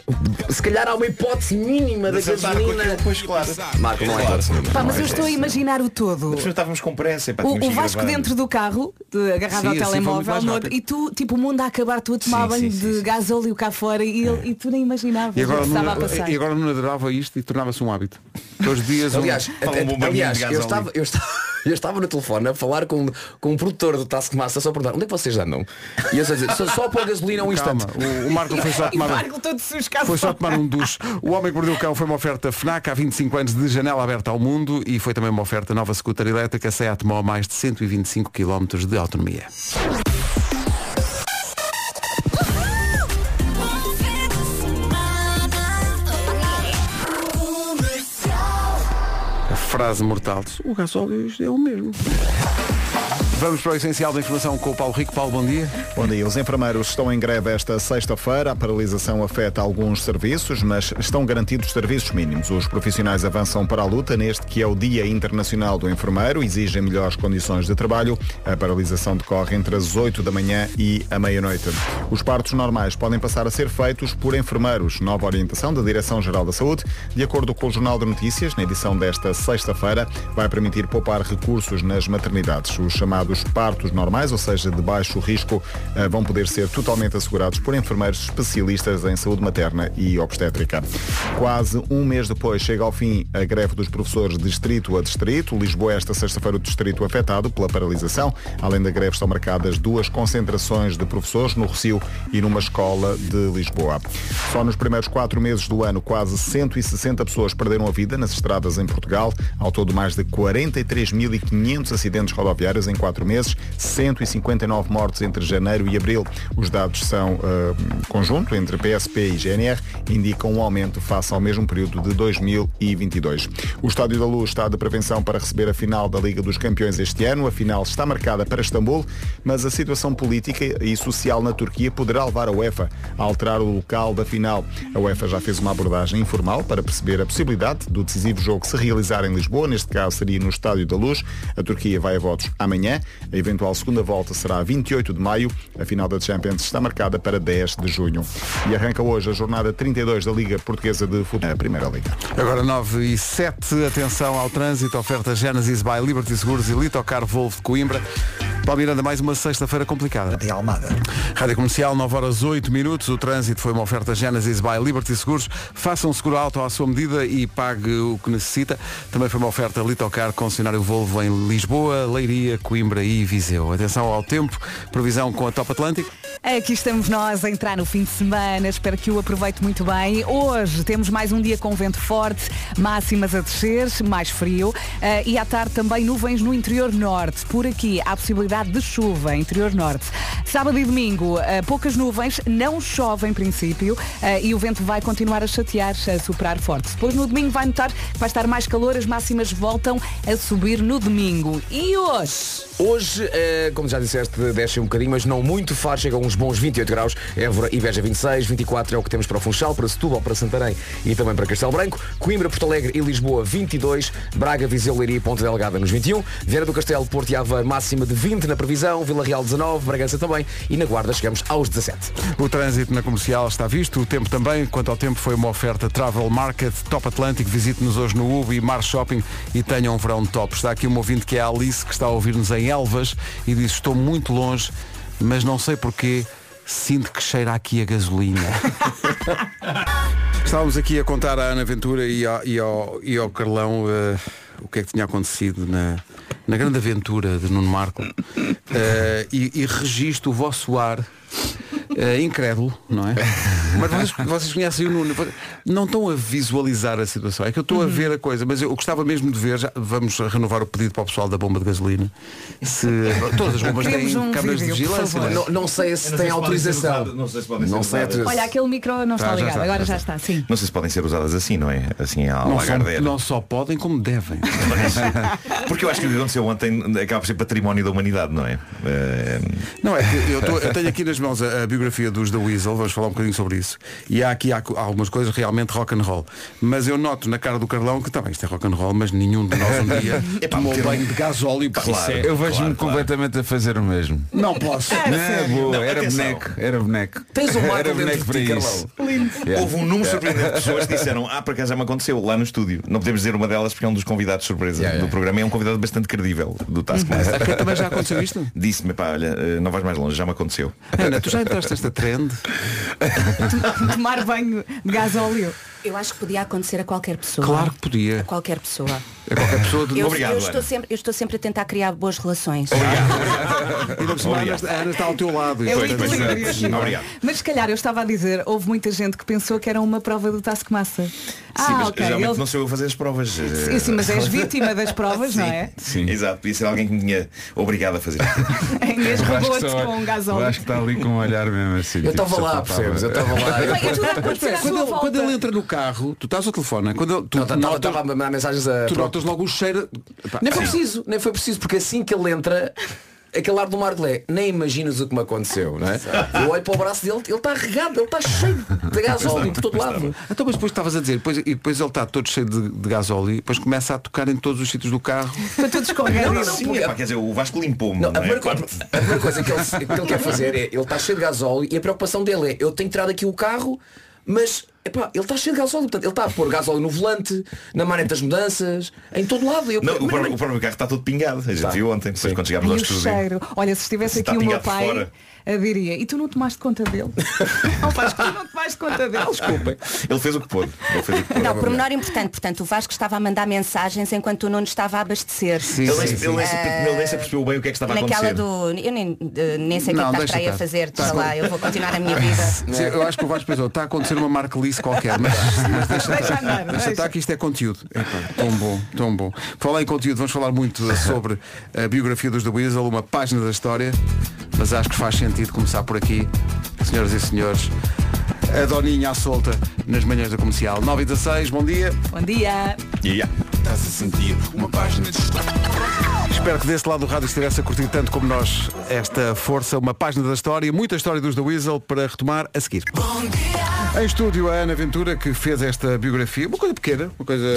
se calhar há uma hipótese mínima da De acertar com gasolina. aquilo, pois, claro. Marco, não é Claro. hipótese mínima. Pá, Não mas é eu estou a hipótese. imaginar o todo. Nós estávamos com pressa. pá, O, tínhamos o que Vasco gravar. dentro do carro, de- agarrado é Sim, ao assim foi muito telemóvel, mais no rápido. outro- e tu, tipo, o mundo a acabar, tu a tomar banho de gasóleo cá fora e, ele- e tu nem imaginavas E o agora, que estava a não, passar. e agora não adorava isto e tornava-se um hábito. Todos os dias um- Aliás, até- aliás eu, estava, eu, estava, eu estava no telefone a falar com, com um produtor do Taskmaster só a perguntar onde é que vocês andam? E eu só a dizer, só, só pôr gasolina um Calma, instante. o- o Marco Então foi só E tomar- um- Marco todo sujo, Foi só tomar um duche. O Homem que Mordeu o Cão foi uma oferta FNAC há 25 anos de janela aberta ao mundo e foi também uma oferta nova scooter elétrica Seat Mó mais de 125 km de autonomia. A frase mortal. O gasóleo é o mesmo. Vamos para o essencial da informação com o Paulo Rico. Paulo, bom dia. Bom dia. Os enfermeiros estão em greve esta sexta-feira. A paralisação afeta alguns serviços, mas estão garantidos serviços mínimos. Os profissionais avançam para a luta neste que é o Dia Internacional do Enfermeiro. Exigem melhores condições de trabalho. A paralisação decorre entre as 8 da manhã e a meia-noite. Os partos normais podem passar a ser feitos por enfermeiros. Nova orientação da Direção-Geral da Saúde, de acordo com o Jornal de Notícias, na edição desta sexta-feira, vai permitir poupar recursos nas maternidades. Os chamados partos normais, ou seja, de baixo risco, eh, vão poder ser totalmente assegurados por enfermeiros especialistas em saúde materna e obstétrica. Quase um mês depois chega ao fim a greve dos professores distrito a distrito. Lisboa é esta sexta-feira o distrito afetado pela paralisação. Além da greve estão marcadas duas concentrações de professores no Rocio e numa escola de Lisboa. Só nos primeiros quatro meses do ano, quase 160 pessoas perderam a vida nas estradas em Portugal. Ao todo, mais de 43.500 acidentes rodoviários em quatro meses, 159 mortes entre janeiro e abril. Os dados são eh, conjunto entre PSP e GNR, indicam um aumento face ao mesmo período de 2022. O Estádio da Luz está de prevenção para receber a final da Liga dos Campeões este ano. A final está marcada para Istambul, mas a situação política e social na Turquia poderá levar a UEFA a alterar o local da final. A UEFA já fez uma abordagem informal para perceber a possibilidade do decisivo jogo se realizar em Lisboa, neste caso seria no Estádio da Luz. A Turquia vai a votos amanhã. A eventual segunda volta será a 28 de maio. A final da Champions está marcada para 10 de junho. E arranca hoje a jornada 32 da Liga Portuguesa de Futebol, a Primeira Liga. Agora 9 e 7, atenção ao trânsito, oferta Genesis by Liberty Seguros e Litocar Volvo de Coimbra. Paulo Miranda, mais uma sexta-feira complicada. De Almada. Rádio Comercial, 9 horas 8 minutos. O trânsito foi uma oferta Genesis by Liberty Seguros. Faça um seguro alto à sua medida e pague o que necessita. Também foi uma oferta Litocar, concessionário Volvo em Lisboa, Leiria, Coimbra e Viseu. Atenção ao tempo, previsão com a Top Atlântico. Aqui estamos nós a entrar no fim de semana, espero que o aproveite muito bem. Hoje temos mais um dia com vento forte, máximas a descer, mais frio eh, e à tarde também nuvens no interior norte. Por aqui há possibilidade de chuva, interior norte. Sábado e domingo, eh, poucas nuvens, não chove em princípio eh, e o vento vai continuar a chatear, a superar forte. Depois no domingo vai notar que vai estar mais calor, as máximas voltam a subir no domingo. E hoje? Hoje, eh, como já disseste, desce um bocadinho, mas não muito faz, chega a uns bons 28 graus. Évora e Beja 26, 24 é o que temos para o Funchal, para Setúbal, para Santarém e também para Castelo Branco. Coimbra, Porto Alegre e Lisboa 22, Braga, Viseu, Leiria e Ponta Delgada nos 21, Vieira do Castelo, Porto e Aveiro máxima de 20 na previsão, Vila Real 19, Bragança também e na Guarda chegamos aos 17. O trânsito na comercial está visto, o tempo também. Quanto ao tempo, foi uma oferta Travel Market, Top Atlântico. Visite-nos hoje no Ubi, Mar Shopping e tenha um verão top. Está aqui um ouvinte que é a Alice, que está a ouvir-nos em Elvas e diz: Estou muito longe, mas não sei porquê, sinto que cheira aqui a gasolina. Estávamos aqui a contar à Ana Ventura e ao, e ao- e ao Carlão eh, o que é que tinha acontecido na, na grande aventura de Nuno Marco Eh, e, e registro o vosso ar eh, incrédulo, não é? Mas vocês, vocês conhecem o Nuno, não estão a visualizar a situação, é que eu estou a ver a coisa, mas eu gostava mesmo de ver, já vamos renovar o pedido para o pessoal da bomba de gasolina, se É, um todas as bombas têm um câmaras de vigilância. não é? Não, não sei se tem autorização. não sei se podem ser Não sei usadas. autorização. Olha, aquele micro Tá, não está Ah, já ligado, está, agora já já está, sim. Não sei se podem ser usadas assim, não é? Assim à Não só, lagardeira. não só podem como devem. Porque eu acho que o que aconteceu ontem acaba por ser património da humanidade, não é? Eh, Não, é que eu, tô- eu tenho aqui nas mãos a, a biografia discografia dos The Weasel, vamos falar um bocadinho sobre isso. E há aqui há co- há algumas coisas realmente rock and roll. Mas eu noto na cara do Carlão que também isto é rock and roll, mas nenhum de nós um dia Epá, tomou um meter um- banho de gasóleo. pá, isso é- eu vejo-me completamente a fazer o mesmo. Não posso. Não, é boa, Não, era atenção. boneco, era boneco. Tens um Marco era dentro boneco de para ti, isso. Yeah. Houve um número Yeah. surpreendente de pessoas que disseram Ah, por acaso já me aconteceu lá no estúdio Não podemos dizer uma delas porque é um dos convidados surpresa do programa É um convidado bastante credível do Taskmaster A quem Uhum. também já aconteceu isto? Disse-me, pá, olha, eh, não vais mais longe, já me aconteceu Ana, tu já entraste nesta trend? Tomar banho de gás óleo. Eu acho que podia acontecer a qualquer pessoa. Claro que podia. A qualquer pessoa. A qualquer pessoa de Eu, Obrigado, eu estou Ana. sempre, eu estou sempre a tentar criar boas relações. E não se Obrigado. a Ana está ao teu lado. É o Pois, pois, equilíbrio. pois, pois. Obrigado. Mas se calhar eu estava a dizer, houve muita gente que pensou que era uma prova do Taskmaster. Sim, Ah, mas ok. geralmente ele- não sou eu a fazer as provas eh, Sim, sim, mas és vítima das provas, não é? Sim, exato, podia ser alguém que me tinha obrigado a fazer A Inês roubou-te só- é com um gás eu óleo. acho que está ali com um olhar mesmo assim. Eu tava lá, percebes? percebes? Eu tava lá. Bem, é tudo a Mas espera, acontecer à quando, sua ele, volta. quando ele entra no carro, tu estás ao telefone, né? quando ele, tu notas, Estava a mandar mensagens a... tu notas logo o cheiro. Epá, Nem foi sim. preciso, nem foi preciso, porque assim que ele entra, aquele ar do Marco é, nem imaginas o que me aconteceu, não é? Eu olho para o braço dele, ele está regado, ele está cheio de gás óleo por todo lado. Então, mas depois estavas a dizer, depois, e depois ele está todo cheio de, de gasóleo e depois começa a tocar em todos os sítios do carro. Foi tudo Não, não, não, sim, é pá, quer dizer, o Vasco limpou-me não, a é? primeira Claro. A primeira coisa que ele, que ele quer fazer é, ele está cheio de gasóleo e a preocupação dele é, eu tenho tirado aqui o carro, mas epá, ele está cheio de gasóleo, portanto, ele está a pôr gasóleo no volante, na manete das mudanças, em todo lado. E Eu, Não, o mas- próprio, o próprio carro está todo pingado A gente viu ontem, depois quando chegámos E ao o estúdio cheiro. Olha, se estivesse Se aqui está o meu pingado pai, fora. eh, diria, e tu não tomaste conta dele? não faz tu não tomaste conta dele. Ah, Desculpem. Ele fez o que pôde. Ele fez o que pôde. Não, pormenor importante, portanto, o Vasco estava a mandar mensagens enquanto o Nuno estava a abastecer. Ele nem- Ele nem se- tipo, ele nem se percebeu bem o que é que estava a Naquela acontecer. do. Eu nem, de- nem sei o que é Não, que deixa estás aí a estar. fazer, Tá. deixa lá, eu vou continuar a minha vida. Sim, eu acho que o Vasco pensou, está a acontecer uma marquelice qualquer, mas, mas deixa, Deixa estar. andar, deixa estar que isto é conteúdo. Epá, tão bom, tão bom. Falar em conteúdo, vamos falar muito sobre a biografia dos The Weasel, uma página da história, mas acho que faz sentido começar por aqui, senhoras e senhores. A Doninha à solta nas manhãs da comercial. 9 e 16, bom dia. Bom dia. Estás a sentir uma página de história. Espero que desse lado do rádio estivesse a curtir tanto como nós esta força, uma página da história, muita história dos The Weasel para retomar a seguir. Em estúdio a Ana Ventura que fez esta biografia, uma coisa pequena, uma coisa,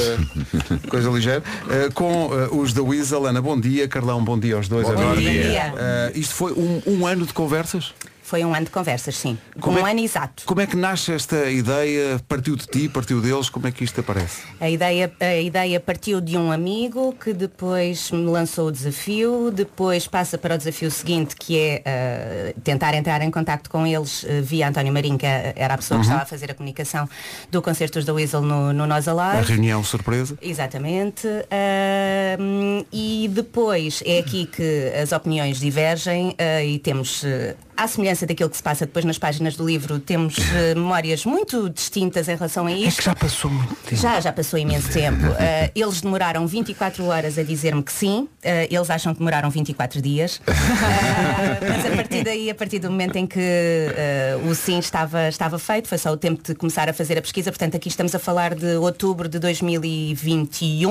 coisa ligeira, eh, com eh, os The Weasel. Ana, bom dia. Carlão, bom dia aos dois Bom agora. dia. Bom dia. Eh, isto foi um, um ano de conversas? Foi um ano de conversas, sim. Como um é- ano exato. Como é que nasce esta ideia? Partiu de ti, partiu deles? Como é que isto aparece? A ideia, a ideia partiu de um amigo que depois me lançou o desafio, depois passa para o desafio seguinte que é eh, tentar entrar em contacto com eles eh, via António Marinho, que eh, era a pessoa Uhum. que estava a fazer a comunicação do concertos da Weasel no, no Nós A Alive. reunião surpresa? Exatamente. Ahm, e depois é aqui que as opiniões divergem ah, e temos, eh, à semelhança daquilo que se passa depois nas páginas do livro, temos eh, memórias muito distintas em relação a É isto. já passou muito tempo. Já, passou imenso tempo. Ah, eles demoraram 24 horas a dizer-me que sim. Ah, eles acham que demoraram 24 dias. Ah, mas a partir daí, a partir do momento em que ah, o sim estava, estava feito, foi só o tempo de começar a fazer a pesquisa. Portanto, aqui estamos a falar de outubro de 2021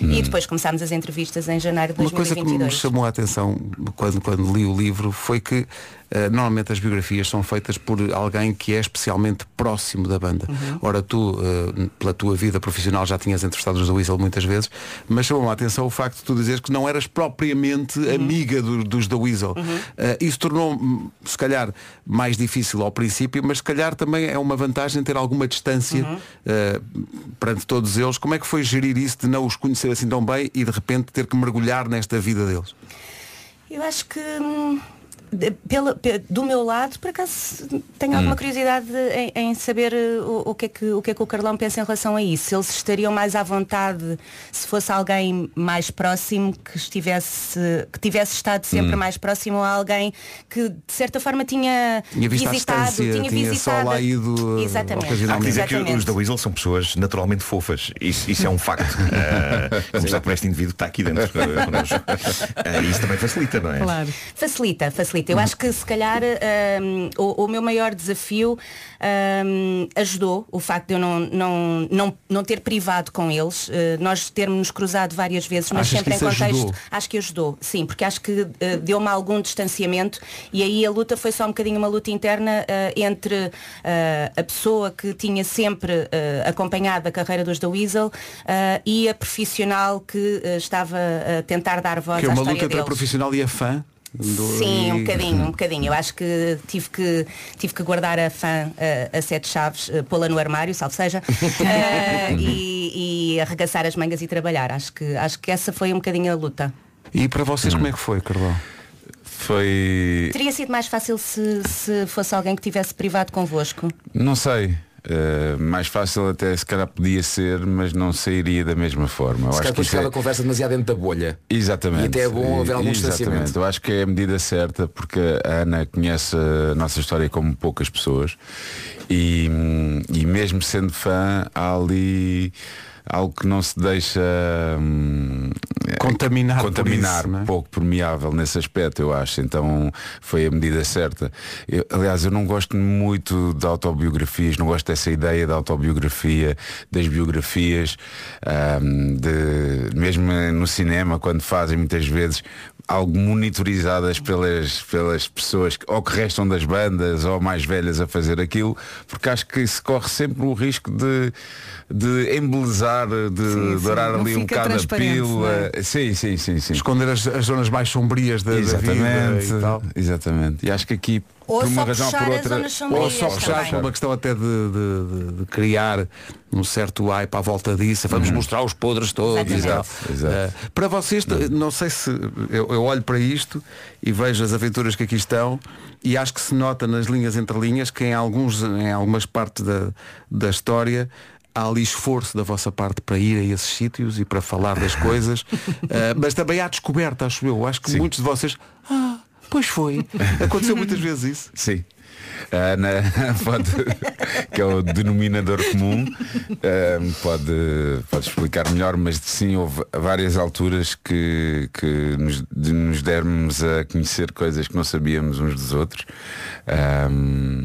e depois começámos as entrevistas em janeiro de Hum. Uma coisa que 2022. me chamou a atenção quando, quando li o livro foi que eh, normalmente as biografias são feitas por alguém que é especialmente próximo da banda. Uhum. Ora, tu, eh, pela tua vida profissional, já tinhas entrevistado os do Weasel muitas vezes, mas chamou-me a atenção o facto de tu dizeres que não eras propriamente Uhum. amiga do- dos da Weasel. Eh, isso tornou, hum, se calhar, mais difícil ao princípio, mas se calhar também é uma vantagem ter alguma distância eh, perante todos eles. Como é que foi gerir isso de não os conhecer assim tão bem e de repente ter que mergulhar nesta vida deles? Eu acho que hum, de- pela- pe- do meu lado, por acaso tenho Hum. alguma curiosidade em, em saber eh, o, o que é que, o que é que o Carlão pensa em relação a isso. Se eles estariam mais à vontade se fosse alguém mais próximo que estivesse, que tivesse estado sempre Hum. mais próximo a alguém que de certa forma tinha, Tinha visto à visitado, distância, tinha, tinha visitado. só lá ido, Exatamente. Há que dizer que os Exatamente. da Weasel são pessoas naturalmente fofas. Isso, isso é um facto. Uh, Ah, começar por este indivíduo que está aqui dentro. eh, connosco. Eh, isso também facilita, não é? Facilita, facilita. conflito. Eu acho que se calhar hum, o, o meu maior desafio hum, ajudou o facto de eu não, não, não, não ter privado com eles, eh, nós termos nos cruzado várias vezes, mas Achas sempre que isso em contexto. ajudou? Acho que ajudou, sim, porque acho que eh, deu-me algum distanciamento e aí a luta foi só um bocadinho uma luta interna eh, entre eh, a pessoa que tinha sempre eh, acompanhado a carreira dos da Weasel eh, e a profissional que eh, estava a tentar dar voz Que é à uma história luta entre a deles. profissional e a fã. do- Sim, um e- bocadinho, um bocadinho. Eu acho que tive que, tive que guardar a fã eh, a sete chaves, eh, pô-la no armário, salve seja, eh, e, e arregaçar as mangas e trabalhar. Acho que, acho que essa foi um bocadinho a luta. E para vocês como é que foi, Carvão? Foi. Teria sido mais fácil se, se fosse alguém que tivesse privado convosco. Não sei. Eh, mais fácil até se calhar podia ser, mas não sairia da mesma forma. Eu Se calhar acho que depois isso é... ficava a conversa demasiado dentro da bolha. Exatamente. E até é bom haver algum Exatamente. distanciamento. Eu acho que é a medida certa porque a Ana conhece a nossa história como poucas pessoas e, e mesmo sendo fã há ali algo que não se deixa hum, eh, Contaminar por contaminar isso, não é? pouco permeável nesse aspecto eu acho então foi a medida certa Eu- aliás eu não gosto muito de autobiografias não gosto dessa ideia da autobiografia das biografias ahm, de mesmo no cinema quando fazem muitas vezes algo monitorizadas pelas pelas pessoas que, ou que restam das bandas ou mais velhas a fazer aquilo porque acho que se corre sempre o risco de de embelezar de Sim, sim, dourar não ali um fica bocado a transparente, pílula não é? eh, sim sim sim sim Esconder as, as zonas mais sombrias da, da vida Exatamente, e tal. exatamente. E acho que aqui, Ou por uma só razão ou puxar por as outra. zonas Ou só puxar por uma questão até de, de- de- de criar um certo hype à volta disso. Vamos mostrar os podres todos. e tal. Exato, exato. Eh, para vocês, não sei se eu, eu olho para isto e vejo as aventuras que aqui estão e acho que se nota nas linhas entre linhas que em, alguns, em algumas partes da, da história há ali esforço da vossa parte para ir a esses sítios e para falar das coisas. Eh, mas também há descoberta, acho eu. Acho que muitos de vocês. Ah, pois foi. Aconteceu muitas vezes isso. Sim. A Ana pode, que é o denominador comum, ahm, pode, pode explicar melhor, mas sim, houve várias alturas que, que nos, de nos dermos a conhecer coisas que não sabíamos uns dos outros. Ahm,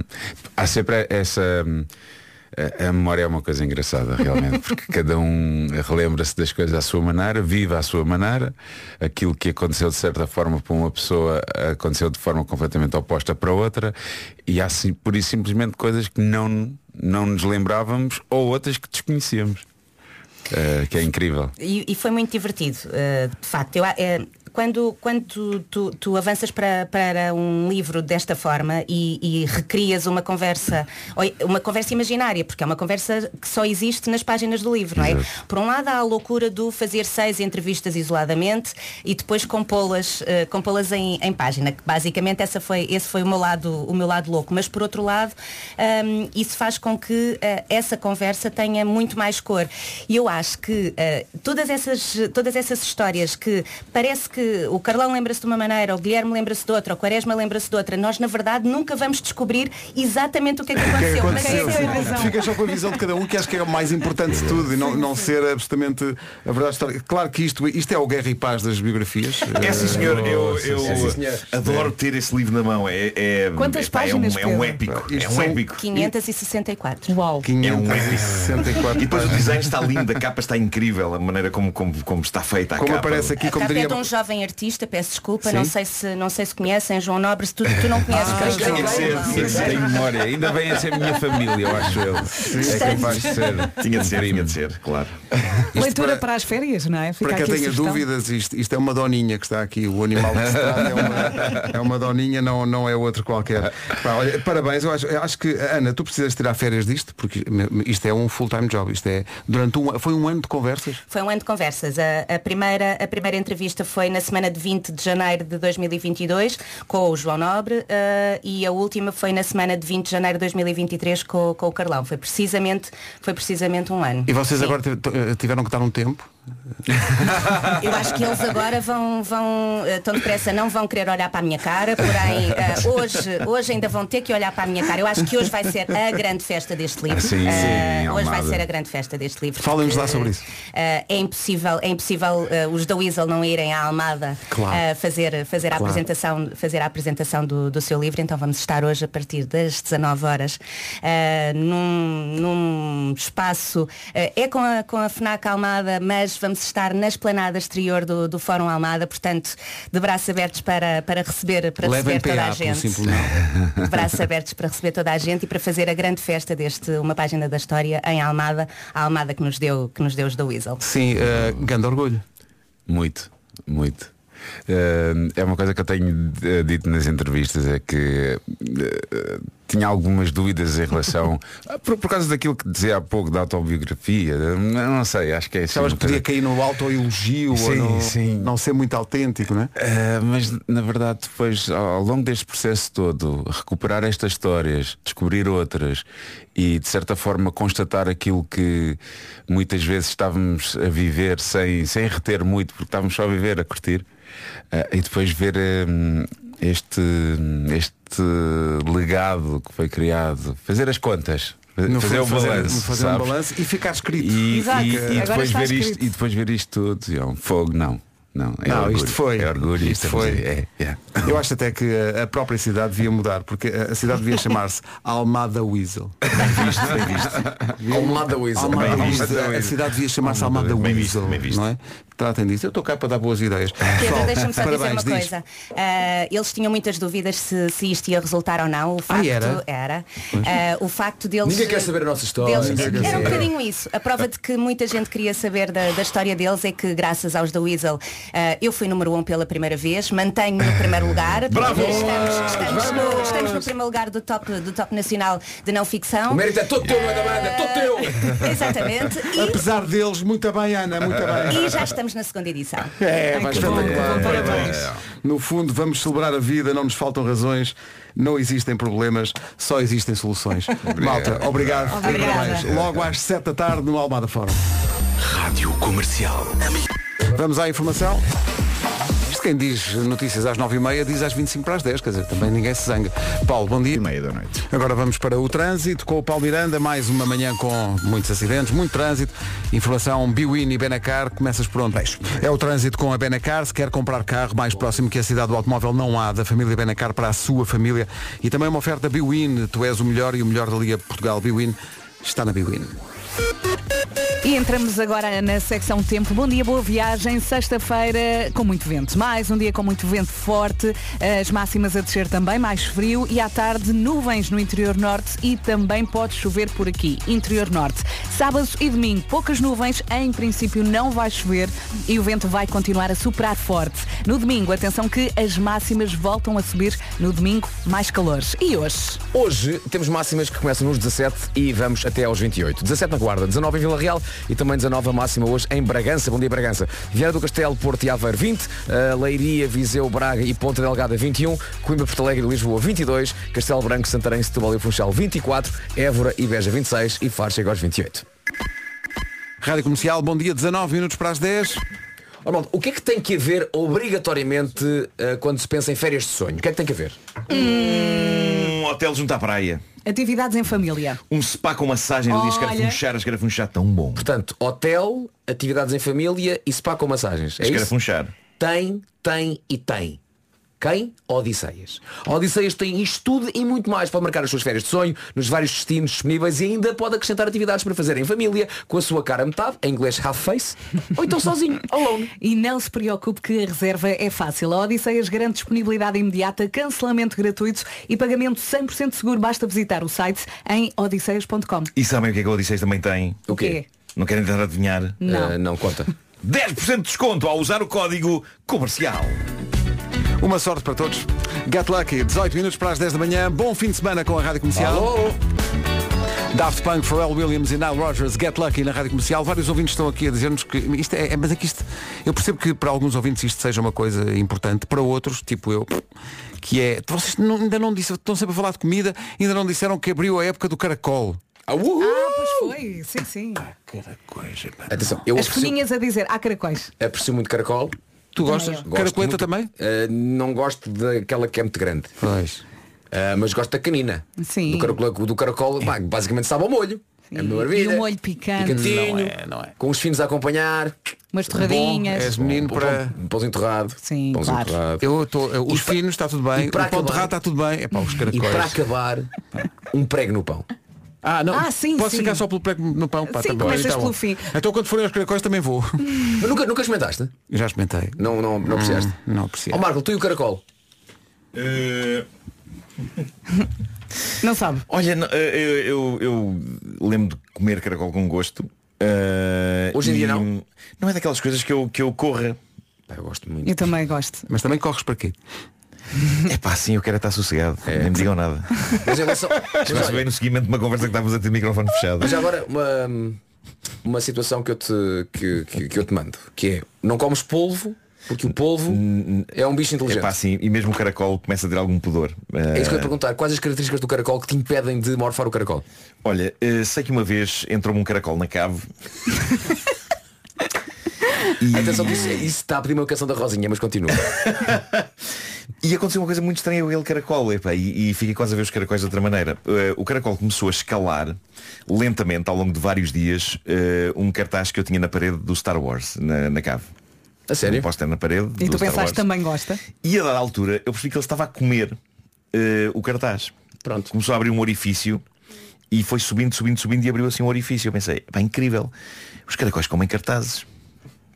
há sempre essa. A, a memória é uma coisa engraçada realmente, porque cada um relembra-se das coisas à sua maneira, vive à sua maneira, aquilo que aconteceu de certa forma para uma pessoa aconteceu de forma completamente oposta para outra, e há sim- por isso simplesmente coisas que não, não nos lembrávamos ou outras que desconhecíamos. Eh, que é incrível. E, e foi muito divertido, eh, de facto. Eu, a- eh, quando quando tu, tu- tu avanças para, para um livro desta forma e, e recrias uma conversa, ou i- uma conversa imaginária, porque é uma conversa que só existe nas páginas do livro, não é? Por um lado há a loucura do fazer seis entrevistas isoladamente e depois compô-las eh, compô-las em, em página, que basicamente essa foi, esse foi o meu, lado, o meu lado louco. Mas por outro lado, ahm, isso faz com que eh, essa conversa tenha muito mais cor. E eu acho que eh, todas, essas, todas essas histórias que parece que o Carlão lembra-se de uma maneira, o Guilherme lembra-se de outra, o Quaresma lembra-se de outra, nós na verdade nunca vamos descobrir exatamente o que é que aconteceu. Mas essa é a razão. Fica só com a visão de cada um, que acho que é o mais importante de tudo e não, não ser absolutamente a verdade histórica. Claro que isto, isto é o guerra e paz das biografias. É sim senhor, Eh, eu, sim, eu sim, sim, senhor. adoro ter esse livro na mão. É, é, Quantas é, pá, é um- páginas, é um, Pedro? épico. É Isto um são épico. 564. Uau. É um épico. 564 E depois o design está lindo, a capa está incrível, a maneira como, como, como está feita a Como capa. aparece A capa é de um jovem artista, peço desculpa, Sim. não sei, se, não sei se conhecem, João Nobre, se tu, tu não Ah, conheces, pois tem que ser, tinha que ser. Tenho memória. Ainda bem essa é a minha família, eu acho eu. É capaz de ser. Tinha de ser, tinha de ser, claro. Leitura para... as férias, não é? Fica Para quem aqui a tenha sugestão. dúvidas, isto, isto é uma doninha que está aqui, o animal que se trata é uma, é uma doninha, não, não é outro qualquer. Pá, olha, parabéns, eu acho, eu acho que, Ana, tu precisas tirar férias disto, porque isto é um full-time job, isto é, durante um, foi um ano de conversas. Foi um ano de conversas. A, a primeira, a primeira entrevista foi na semana de 20 de janeiro de 2022 com o João Nobre eh, e a última foi na semana de 20 de janeiro de 2023 com, com o Carlão. Foi precisamente, foi precisamente um ano. E vocês Sim. agora t- t- tiveram que dar um tempo Eu acho que eles agora vão, vão eh, tão depressa, não vão querer olhar para a minha cara, porém eh, hoje, hoje ainda vão ter que olhar para a minha cara. Eu acho que hoje vai ser a grande festa deste livro. Sim, Eh, sim, hoje vai Almada. ser a grande festa deste livro. Falem-nos lá porque, sobre isso. eh, é impossível, é impossível eh, os da Weasel não irem à Almada Claro. eh, fazer, fazer, a Claro. apresentação, fazer a apresentação do, do seu livro, então vamos estar hoje a partir das 19 horas eh, num, num espaço, eh, é com a, com a FNAC Almada, mas vamos estar na esplanada exterior do, do Fórum Almada, portanto, de braços abertos para, para receber, para Levem receber toda a PA, pelo gente. simples não. De braços abertos para receber toda a gente e para fazer a grande festa deste Uma Página da História em Almada, a Almada que nos deu, que nos deu os da Weasel. Sim, eh, grande orgulho. Muito, muito. Eh, é uma coisa que eu tenho eh, dito nas entrevistas, é que eh, tinha algumas dúvidas em relação. Ah, por, por causa daquilo que dizia há pouco da autobiografia, eh, não sei, acho que é assim. Estavas uma coisa- podia cair no autoelogio ou Sim, no- sim. não ser muito autêntico, não é? Eh, mas na verdade depois ao ao longo deste processo todo recuperar estas histórias descobrir outras e de certa forma constatar aquilo que muitas vezes estávamos a viver sem, sem reter muito porque estávamos só a viver a curtir eh, e depois ver eh, este, este legado que foi criado fazer as contas No fazer o fundo, fazer- balanço fazer um sabes? balanço e ficar escrito. E- Exato, e- agora e depois está ver isto escrito. e depois ver isto tudo e é um fogo não não, é Não, orgulho. isto foi. É orgulho, isto, Isto foi. É, é, yeah. Eu acho até que a- a própria cidade devia mudar, porque a a cidade devia chamar-se Almada Weasel. Almada Weasel. Almada Bem Weasel. visto. A cidade devia chamar-se Almada Weasel. Não é? Tratem disso. Eu estou cá para dar boas ideias. Pedro, Pessoal, deixa-me só dizer uma parabéns, diz. coisa. Ah, eles tinham muitas dúvidas se, se isto ia resultar ou Ah, não. O facto era? Pois. Ah, o facto deles. Ninguém quer saber a nossa história. deles- Ninguém quer era um saber. bocadinho isso. A prova de que muita gente queria saber da, da história deles é que, graças aos da Weasel, ah, eu fui número um pela primeira vez, mantenho-me no primeiro lugar. Bravo! Estamos, estamos no, estamos no primeiro lugar do top, do top nacional de não ficção. O mérito é todo teu, Ana Banda, todo teu! É, Exatamente. Apesar deles, muito bem, Ana, muito bem. E já estamos na segunda edição. É, Ai, vai que ser bom, bem, que bom, bem, parabéns. parabéns. No fundo, vamos celebrar a vida, não nos faltam razões, não existem problemas, só existem soluções. Malta, obrigado. e Obrigada. parabéns. Logo às 7 da tarde no Almada Fórum. Rádio Comercial. Vamos à informação. Isto quem diz notícias às 9h30 diz às 25 para as 10, quer dizer, também ninguém se zanga. Paulo, bom dia. E meia da noite. Agora vamos para o trânsito com o Paulo Miranda, mais uma manhã com muitos acidentes, muito trânsito. Informação Biwin e Benacar, começas por onde? É o trânsito com a Benacar, se quer comprar carro mais próximo que a cidade do automóvel não há, da família Benacar para a sua família. E também uma oferta Biwin, tu és o melhor e o melhor da Liga Portugal. Biwin está na Biwin. E entramos agora na secção tempo. Bom dia, boa viagem. Sexta-feira com muito vento. Mais um dia com muito vento forte. As máximas a descer também, mais frio. E à tarde, nuvens no interior norte e também pode chover por aqui, interior norte. Sábado e domingo, poucas nuvens. Em princípio, não vai chover e o vento vai continuar a superar forte. No domingo, atenção que as máximas voltam a subir. No domingo, mais calores. E hoje? Hoje temos máximas que começam nos 17 e vamos até aos 28. 17 na Guarda, 19 em Vila Real e também 19 a máxima hoje em Bragança. Bom dia, Bragança. Vieira do Castelo, Porto e Aveiro 20, eh, Leiria, Viseu, Braga e Ponta Delgada 21, Coimbra, Porto Alegre e Lisboa 22, Castelo Branco, Santarém, Setúbal e Funchal 24, Évora e Beja 26 e Faro chega aos 28. Rádio Comercial, bom dia, 19 minutos para as 10. Armando, o que é que tem que haver obrigatoriamente eh, quando se pensa em férias de sonho? O que é que tem que haver? Um hotel junto à praia. Atividades em família. Um spa com massagem ali, Olha. escarafunchar, escarafunchar tão bom. Portanto, hotel, atividades em família e spa com massagens. É isso? Escarafunchar. Tem, tem e tem. Quem? Odisseias. Odisseias tem isto tudo e muito mais. Pode marcar as suas férias de sonho nos vários destinos disponíveis e ainda pode acrescentar atividades para fazer em família, com a sua cara a metade, em inglês half face, ou então sozinho, alone. E não se preocupe que a reserva é fácil. A Odisseias garante disponibilidade imediata, cancelamento gratuito e pagamento 100% seguro. Basta visitar o site em odisseias.com. Uh! E sabem o que é que o Odisseis também tem? O quê? Não querem tentar adivinhar? Não. não conta. 10% de desconto ao usar o código comercial. Uma sorte para todos. Get Lucky, 18 minutos para as 10 da manhã. Bom fim de semana com a Rádio Comercial. Daft Punk, Pharrell Williams e Nile Rogers, Get Lucky na Rádio Comercial. Vários ouvintes estão aqui a dizer-nos que isto é, é- mas é que isto, eu percebo que para alguns ouvintes isto seja uma coisa importante, para outros, tipo eu, que é, vocês não- ainda não disseram, estão sempre a falar de comida, ainda não disseram que abriu a época do caracol. Ah, pois Foi, sim, sim. Caracóis, Atenção, eu As aprecio, folhinhas a dizer, há caracóis. aprecio muito caracol. Tu gostas? Gosto Caracoleta muito. também? Eh, não gosto daquela que é muito grande. Eh, mas gosto da canina. Sim. Do caracol, do caracol pá, basicamente sabe ao molho. É uma E maravilha. um molho picante. Picantinho, é, com os finos a acompanhar. Umas torradinhas. menino para. Pãozinho torrado. Sim, Pãozinho claro. torrado. Eu tô, eu- os finos está tudo bem, e o para pão de acabar- rato está tudo bem. É para os E caracóis. para acabar, um prego no pão. Ah, não. Ah, sim, Posso sim. ficar só pelo prego no pão? Pá, Sim, também. começas Está bom. pelo fim. Então quando forem aos caracóis também vou. Mas nunca, nunca experimentaste? Já experimentei. Não, não, não precisaste. Hum, não preciso. Ó Marco, tu e o caracol? Eh, Não sabe. Olha, não, eh, eu, eu- eu lembro de comer caracol com gosto. eh, Hoje em e dia não? Não é daquelas coisas que eu, que eu corra. Pá, eu gosto muito. Eu também gosto. Mas também corres para quê? É pá, sim, eu quero é estar sossegado. Nem me digam nada. Mas em relação. mas Mas olha, bem no seguimento de uma conversa que estávamos a ter microfone fechado. mas já agora uma, uma situação que eu, te, que, que, que eu te mando, que é não comes polvo, porque o polvo é um bicho inteligente. É pá, sim, e mesmo o caracol começa a ter algum pudor. É isso Eh, que eu ia perguntar, quais as características do caracol que te impedem de morfar o caracol? Olha, eh, sei que uma vez entrou-me um caracol na cave. E- Atenção, isso, isso está a pedir uma canção da Rosinha, mas continua. E aconteceu uma coisa muito estranha com aquele caracol epá, e, e fiquei quase a ver os caracóis de outra maneira Eh, O caracol começou a escalar Lentamente, ao longo de vários dias eh, Um cartaz que eu tinha na parede do Star Wars Na, na cave A sério? Um póster na parede E do tu Star Wars. pensaste também gosta? E a dada altura eu percebi que ele estava a comer eh, o cartaz. Pronto. Começou a abrir um orifício e foi subindo, subindo, subindo e abriu assim um orifício. Eu pensei, pá, incrível. Os caracóis comem cartazes.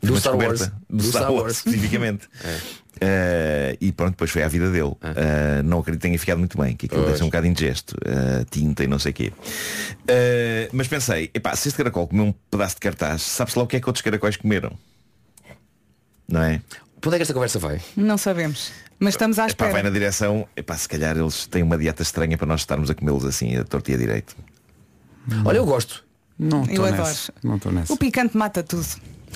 Do Uma Star Wars. descoberta Do, Star, Wars, especificamente. É. Eh, e pronto, depois foi à vida dele. Eh, não acredito que tenha ficado muito bem, que aquilo Pois. deixa um bocado indigesto, eh, tinta e não sei o quê. Eh, mas pensei, epá, se este caracol comeu um pedaço de cartaz, sabe-se lá o que é que outros caracóis comeram. Não é? Para onde é que esta conversa vai? Não sabemos. Mas estamos à Epá, vai na espera. direção, epá, se calhar eles têm uma dieta estranha para nós estarmos a comê-los assim, a torta e a direito. Hum. Olha, eu gosto. Não Eu estou adoro. nessa. Não estou nessa. O picante mata tudo.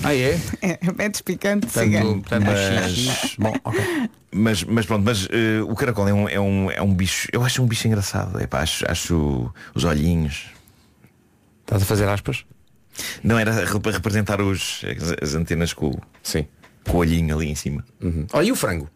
Ah, é? É, é despicante, siga. Tanto, tanto Mas- Bom, ok. Mas, mas pronto, mas eh, o caracol é um, é, um, é um bicho, eu acho um bicho engraçado, epá, acho, acho os olhinhos. Estás a fazer aspas? Não era re- para representar os, as, as antenas com, o- Sim. com o olhinho ali em cima. Olha, e o frango?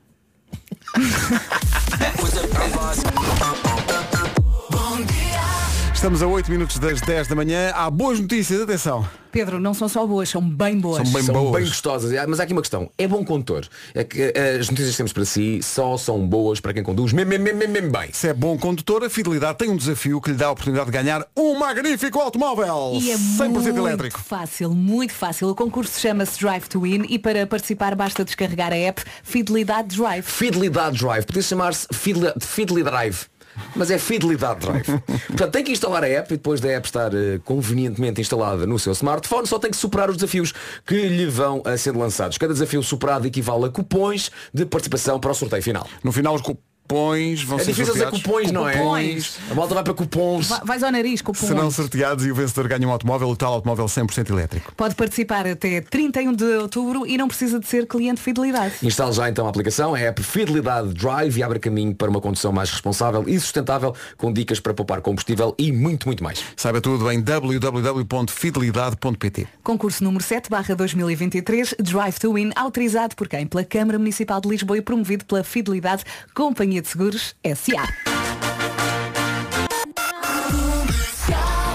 Estamos a 8 minutos das 10 da manhã. Há boas notícias, atenção. Pedro, não são só boas, são bem boas. São bem são boas. bem gostosas. Ah, Mas há aqui uma questão. É bom condutor. É que eh, as notícias que temos para si só são boas para quem conduz mesmo, mesmo, mesmo, mesmo, mesmo bem. Se é bom condutor, a Fidelidade tem um desafio que lhe dá a oportunidade de ganhar um magnífico automóvel. E é 100% muito elétrico. fácil, muito fácil. O concurso chama-se Drive to Win e para participar basta descarregar a app Fidelidade Drive. Fidelidade Drive. Podia chamar-se Fidelidade Drive. Mas é Fidelidade Drive. Portanto, tem que instalar a app e depois da app estar eh, convenientemente instalada no seu smartphone, só tem que superar os desafios que lhe vão a ser lançados. Cada desafio superado equivale a cupons de participação para o sorteio final. No final os cupons vão É ser difícil dizer sorteados. cupons, não é? Cupons. A malta vai para cupons. Va- Vais ao nariz com o Serão pulmão. sorteados e o vencedor ganha um automóvel, o tal automóvel 100% elétrico. Pode participar até 31 de outubro e não precisa de ser cliente Fidelidade. Instale já então a aplicação, a app Fidelidade Drive e abre caminho para uma condução mais responsável e sustentável, com dicas para poupar combustível e muito, muito mais. Saiba tudo em www.fidelidade.pt. Concurso número 7 barra 2023, Drive to Win, autorizado por quem? Pela Câmara Municipal de Lisboa e promovido pela Fidelidade Companhia de Seguros S.A.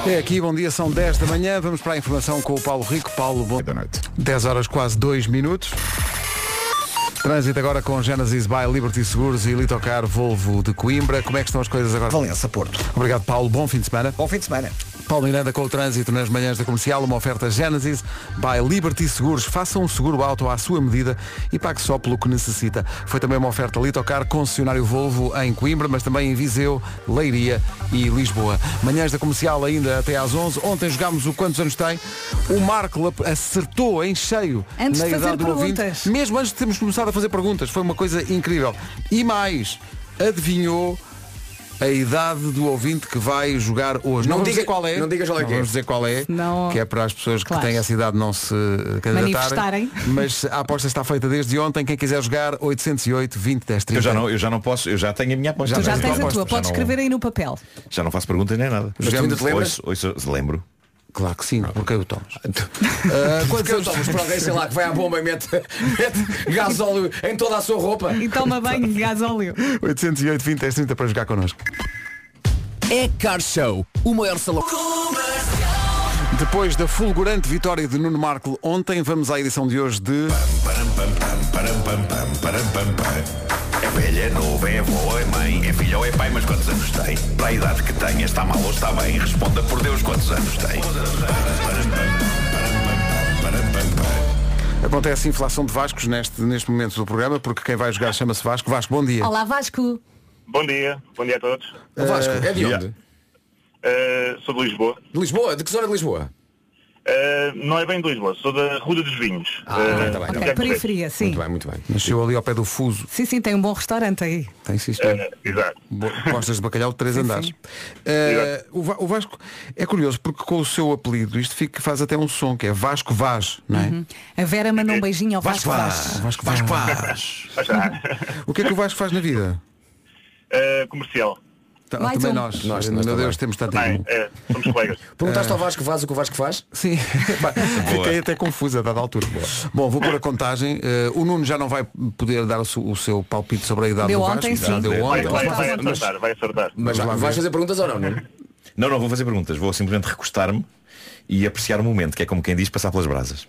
É aqui, bom dia, são 10 da manhã. Vamos para a informação com o Paulo Rico. Paulo, bom. Boa noite. 10 horas quase 2 minutos. Trânsito agora com Genesis by Liberty Seguros e Litocar Volvo de Coimbra. Como é que estão as coisas agora? Valença, Porto. Obrigado, Paulo. Bom fim de semana. Bom fim de semana. Paulo Miranda com o trânsito nas manhãs da comercial, uma oferta Genesis by Liberty Seguros. Faça um seguro auto à sua medida e pague só pelo que necessita. Foi também uma oferta Litocar, concessionário Volvo em Coimbra, mas também em Viseu, Leiria e Lisboa. Manhãs da comercial ainda até às 11. Ontem jogámos o Quantos Anos Tem. O Marco ap- acertou em cheio Antes na de fazer idade do perguntas. ouvinte. Mesmo antes de termos começado a fazer perguntas. Foi uma coisa incrível. E mais, adivinhou a idade do ouvinte que vai jogar hoje. Não vamos diga- dizer qual é. não digas qual é que é. vamos dizer qual é, Não- que é para as pessoas Claro. que têm essa idade não se candidatarem. Manifestarem. Mas a aposta está feita desde ontem. Quem quiser jogar, 808 20 10 30. Eu já, não, eu já não posso, eu já tenho a minha aposta. Tu já Não, tens a então aposto, tua, já podes não- escrever aí no papel. Já não faço perguntas nem nada. Mas tu ainda te lembras? Ouço- ouço- lembro. Claro que sim, porque eu tomo. Ah, quando eu tomas para alguém, sei lá, que vai à bomba e mete, mete gasóleo em toda a sua roupa. E toma banho de gasóleo. 808 20 10 30 para jogar connosco. É Car Show, o maior salão. Depois da fulgurante vitória de Nuno Marco ontem, vamos à edição de hoje de... Param, pam, pam, param, pam, pam, param, pam, pam. É velha, é nova, é avó, é mãe, é filha ou é pai, mas quantos anos tem? Para a idade que tem, está mal ou está bem? Responda por Deus quantos anos tem. Acontece a inflação de Vascos neste, neste momento do programa, porque quem vai jogar chama-se Vasco. Vasco, bom dia. Olá Vasco. Bom dia, bom dia a todos. O Vasco, é de Eh, onde? Eh, sou de Lisboa. De Lisboa? De que zona de Lisboa? Eh, não é bem de Lisboa, sou da Ruda dos Vinhos. Ah, Eh, tá bem, no tá bem. Campo Grande. Periferia, sim. bem, muito bem. Nasceu ali ao pé do fuso. Sim, sim, tem um bom restaurante aí. Tem sim, Eh, É, exato. Costas de bacalhau de três andares. Eh, o, Va- o Vasco é curioso porque com o seu apelido isto fica, faz até um som que é Vasco Vaz, não é? A Vera mandou um beijinho ao Vasco. Vaz. Vasco Vaz. o que é que o Vasco faz na vida? Eh, comercial. Tá, Mais também um. nós. Nós, Meu nós Deus, temos tanto Eh, em comum. Eh, somos colegas. Perguntaste ao Vasco Vaz o que o Vasco faz? Ah. Sim. Fiquei É até confusa a dada altura. Bom, vou pôr a contagem. Eh, o Nuno já não vai poder dar o seu, o seu palpite sobre a idade Deu do Vasco. ontem, já sim. deu Vai, ontem. vai, Mas- vai acertar, vai acertar. Mas Vamos lá vais ver. fazer perguntas ou não, não? Não, não vou fazer perguntas, vou simplesmente recostar-me e apreciar o momento, que é como quem diz passar pelas brasas.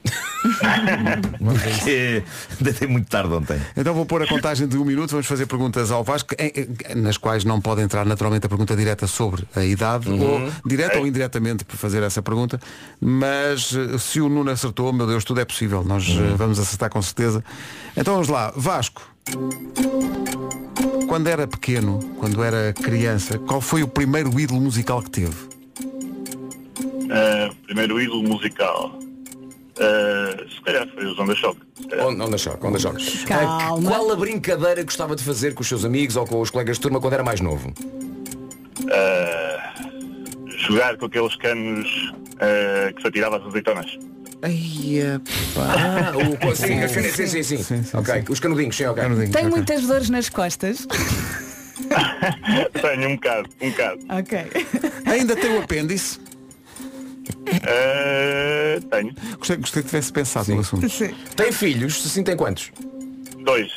Porque deitei muito tarde ontem. Então vou pôr a contagem de um minuto, vamos fazer perguntas ao Vasco, em- em- nas quais não pode entrar naturalmente a pergunta direta sobre a idade, Uhum. ou direta ou indiretamente por fazer essa pergunta, mas eh, se o Nuno acertou, meu Deus, tudo é possível, nós eh, Uhum. vamos acertar com certeza. Então vamos lá, Vasco. Quando era pequeno, quando era criança, qual foi o primeiro ídolo musical que teve? Eh, primeiro ídolo musical. Eh, se calhar foi os Onda Choque. Eh, Onda, onda choque, onda choque. Calma. Ah, Qual a brincadeira que gostava de fazer com os seus amigos ou com os colegas de turma quando era mais novo? Eh, jogar com aqueles canos eh, que se atirava às azeitonas. é. Ah, o sim, sim, sim, sim, sim. Ok, os canudinhos, sim, ok. Tem muitas dores nas costas. Tenho um bocado, um bocado. ok. Ainda tem o apêndice? tenho. Gostei, gostei que tivesse pensado no assunto. Tem filhos? Se sim, tem quantos? Dois.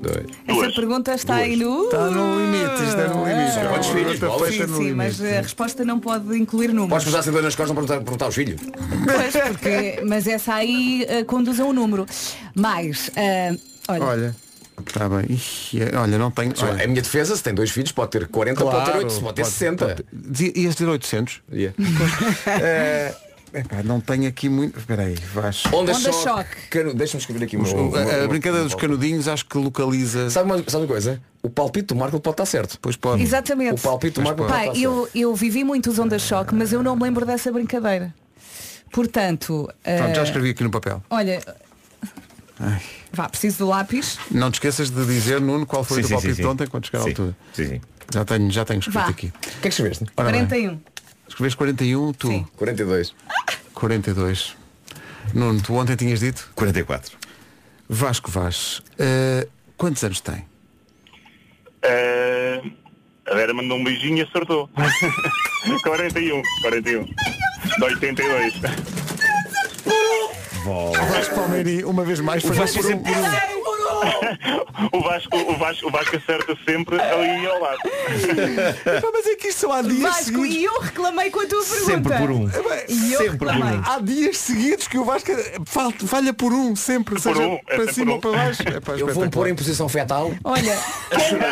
Dois. Essa pergunta está aí no. Está no limite, isto é no limite. São quantos filhos? Pergunta Bolas? feita Sim, no sim, mas a resposta não pode incluir números. Podes passar sem dor nas costas não perguntar, perguntar aos filhos? Pois, porque, mas essa aí eh, conduz a um número. Mais, eh, olha, Olha. Está bem. Ih, é- olha, não tenho. Só, olha. A minha defesa, se tem dois filhos, pode ter 40, pode ter 8, pode, ter 60. Dizia- Ias ter 800? Eh, epá, não tenho aqui muito. Espera aí, vais. Onda, choque. Cano... Deixa-me escrever aqui o Os- meu- a- a meu- meu- brincadeira meu dos palpite. canudinhos acho que localiza. Sabe uma, sabe uma coisa? O palpite do Marco pode estar certo. Pois pode. Exatamente. O palpite do Marco pode Pai, estar certo. eu, eu vivi muito os ondas choque, mas eu não me lembro dessa brincadeira. Portanto, eh, Pronto, já escrevi aqui no papel. olha, Ai. vá, preciso do lápis. Não te esqueças de dizer, Nuno, qual foi Sim, sim, o teu sim, palpite sim. de ontem quando chegar à Sim, altura. Sim, sim. Já tenho, já tenho escrito Vá. aqui. O que é que escreveste? Ora bem. 41. Escreveste 41, tu? 42. 42. Nuno, tu ontem tinhas dito? 44. Vasco Vaz, eh, quantos anos tem? Eh, a Vera mandou um beijinho e acertou. 41, 41. De 82. Oh. Vasco Palmeiri, uma vez mais, foi é mais por um. o, Vasco, o, Vasco, o Vasco acerta sempre ali ao lado. Epá, Mas é que isto são há dias Vasco, seguidos. um. e eu reclamei com a tua pergunta. um. E eu reclamei. Eh, Há dias seguidos que o Vasco é, fal- falha por um, sempre, seja um, é para sempre cima um. ou para baixo. Epá, Eu vou-me espetacular. pôr em posição fetal. Olha,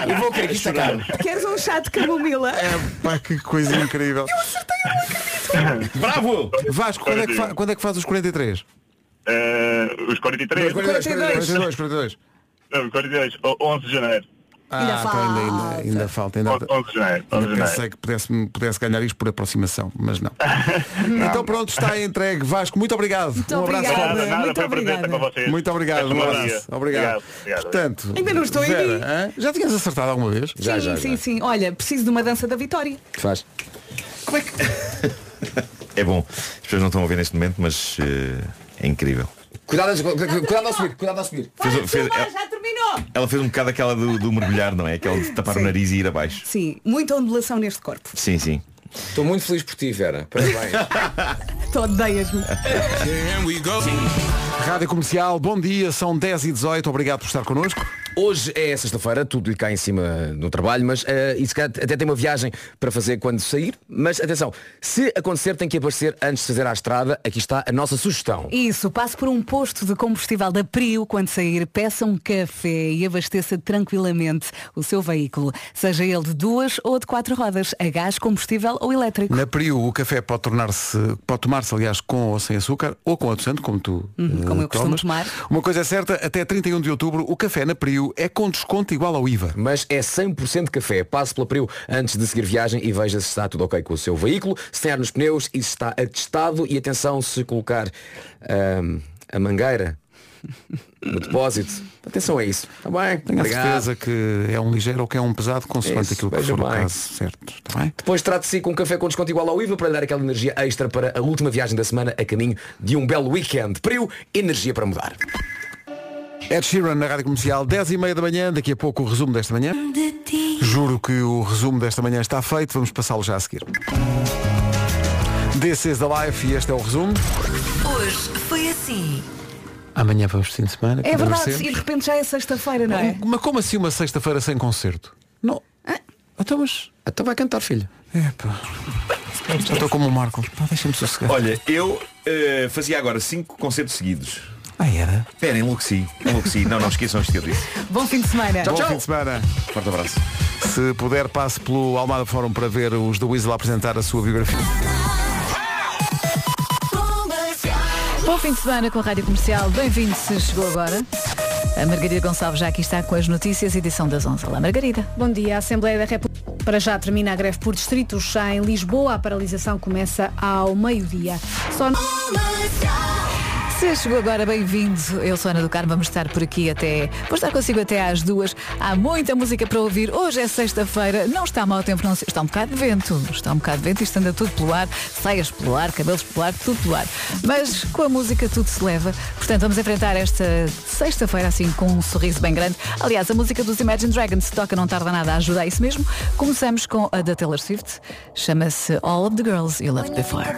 Eu vou querer que isto acabe. É. queres um chá de camomila? Pá, que coisa incrível. Bravo! Vasco, quando é, que fa- quando é que faz os 43? Eh, os 43. 42, 42. Não, 42. o- 11 de janeiro. Ah, então ainda, ainda, ainda falta. Ainda, ainda pensei que pudesse, pudesse ganhar isto por aproximação, mas não. Então pronto, está entregue. Vasco, muito obrigado. Muito um abraço. obrigada, Nada, nada, muito foi um prazer obrigada. É estar com vocês. Muito obrigado, Resta um um bom abraço. dia. Obrigado. Obrigado, obrigado. Portanto, Ainda não estou em Vera, mim. hã? Já tinhas acertado alguma vez? sim, sim, sim. Olha, preciso de uma dança da vitória. Faz. Como é que. É bom. As pessoas não estão a ver neste momento, mas eh, é incrível. Cuidado, a- cuidado a subir, cuidado a subir. Fez- fez- ela, Já terminou! ela fez um bocado aquela do, do mergulhar, não é? Aquela de tapar o nariz e ir abaixo. Sim, muita ondulação neste corpo. Sim, sim. Estou muito feliz por ti, Vera. Parabéns. Tu odeias-me. Rádio Comercial, bom dia, são 10 e 18 obrigado por estar connosco. Hoje é sexta-feira, tudo lhe cai em cima no trabalho, mas eh, e se calhar até tem uma viagem para fazer quando sair. Mas atenção, se acontecer tem que aparecer antes de fazer à estrada, aqui está a nossa sugestão. Isso, passe por um posto de combustível da Prio quando sair, peça um café e abasteça tranquilamente o seu veículo, seja ele de duas ou de quatro rodas, a gás, combustível ou elétrico. Na Priu o café pode tornar-se, pode tomar-se, aliás, com ou sem açúcar, ou com adoçante, como tu. Uhum, eh, como eu costumo tomas. tomar. Uma coisa é certa, até 31 de outubro o café na Priu é com desconto igual ao IVA. Mas é 100% café. Passe pela Priu antes de seguir viagem e veja se está tudo ok com o seu veículo, se tem ar nos pneus e se está atestado. E atenção, se colocar ahm, a mangueira no depósito. Atenção a isso. Está bem? Tenho a Obrigado. certeza que é um ligeiro ou que é um pesado, consoante Isso, aquilo que veja for o bem. caso, certo? Está bem? Depois trate-se com um café com desconto igual ao IVA para lhe dar aquela energia extra para a última viagem da semana a caminho de um belo weekend. Priu, energia para mudar. Ed Sheeran na Rádio Comercial, 10 e meia da manhã, daqui a pouco o resumo desta manhã. Juro que o resumo desta manhã está feito, vamos passá-lo já a seguir. This is the life e este é o resumo. Hoje foi assim. Amanhã vamos de fim de semana. É como deve verdade, ser. e de repente já é sexta-feira, não é? Mas como assim uma sexta-feira sem concerto? Não. Então, mas... então vai cantar, filho. Já estou como o Marco. É, Pá, Deixa-me sossegar. Olha, eu eh, fazia agora cinco concertos seguidos. Ah, era? Espera, enlouqueci. Enlouqueci. não, não esqueçam isto que eu disse. Bom fim de semana. Bom fim de semana. Forte abraço. Se puder, passe pelo Almada Fórum para ver os do Weasel apresentar a sua biografia. Bom fim de semana com a Rádio Comercial. Bem-vindo se chegou agora. A Margarida Gonçalves já aqui está com as notícias, edição das 11. Olá, Margarida. Bom dia, a Assembleia da República. Para já termina a greve por distritos. Já em Lisboa, a paralisação começa ao meio-dia. Só Se chegou agora, bem-vindo. Eu sou a Ana do Carmo, vamos estar por aqui até. Vou estar consigo até às duas. Há muita música para ouvir. Hoje é sexta-feira, não está mau tempo, não se- está um bocado de vento. Está um bocado de vento, isto anda tudo pelo ar, saias pelo ar, cabelos pelo ar, tudo pelo ar. Mas com a música tudo se leva. Portanto, vamos enfrentar esta sexta-feira assim com um sorriso bem grande. Aliás, a música dos Imagine Dragons toca, não tarda nada a ajudar isso mesmo. Começamos com a da Taylor Swift, chama-se All of the Girls You Loved Before.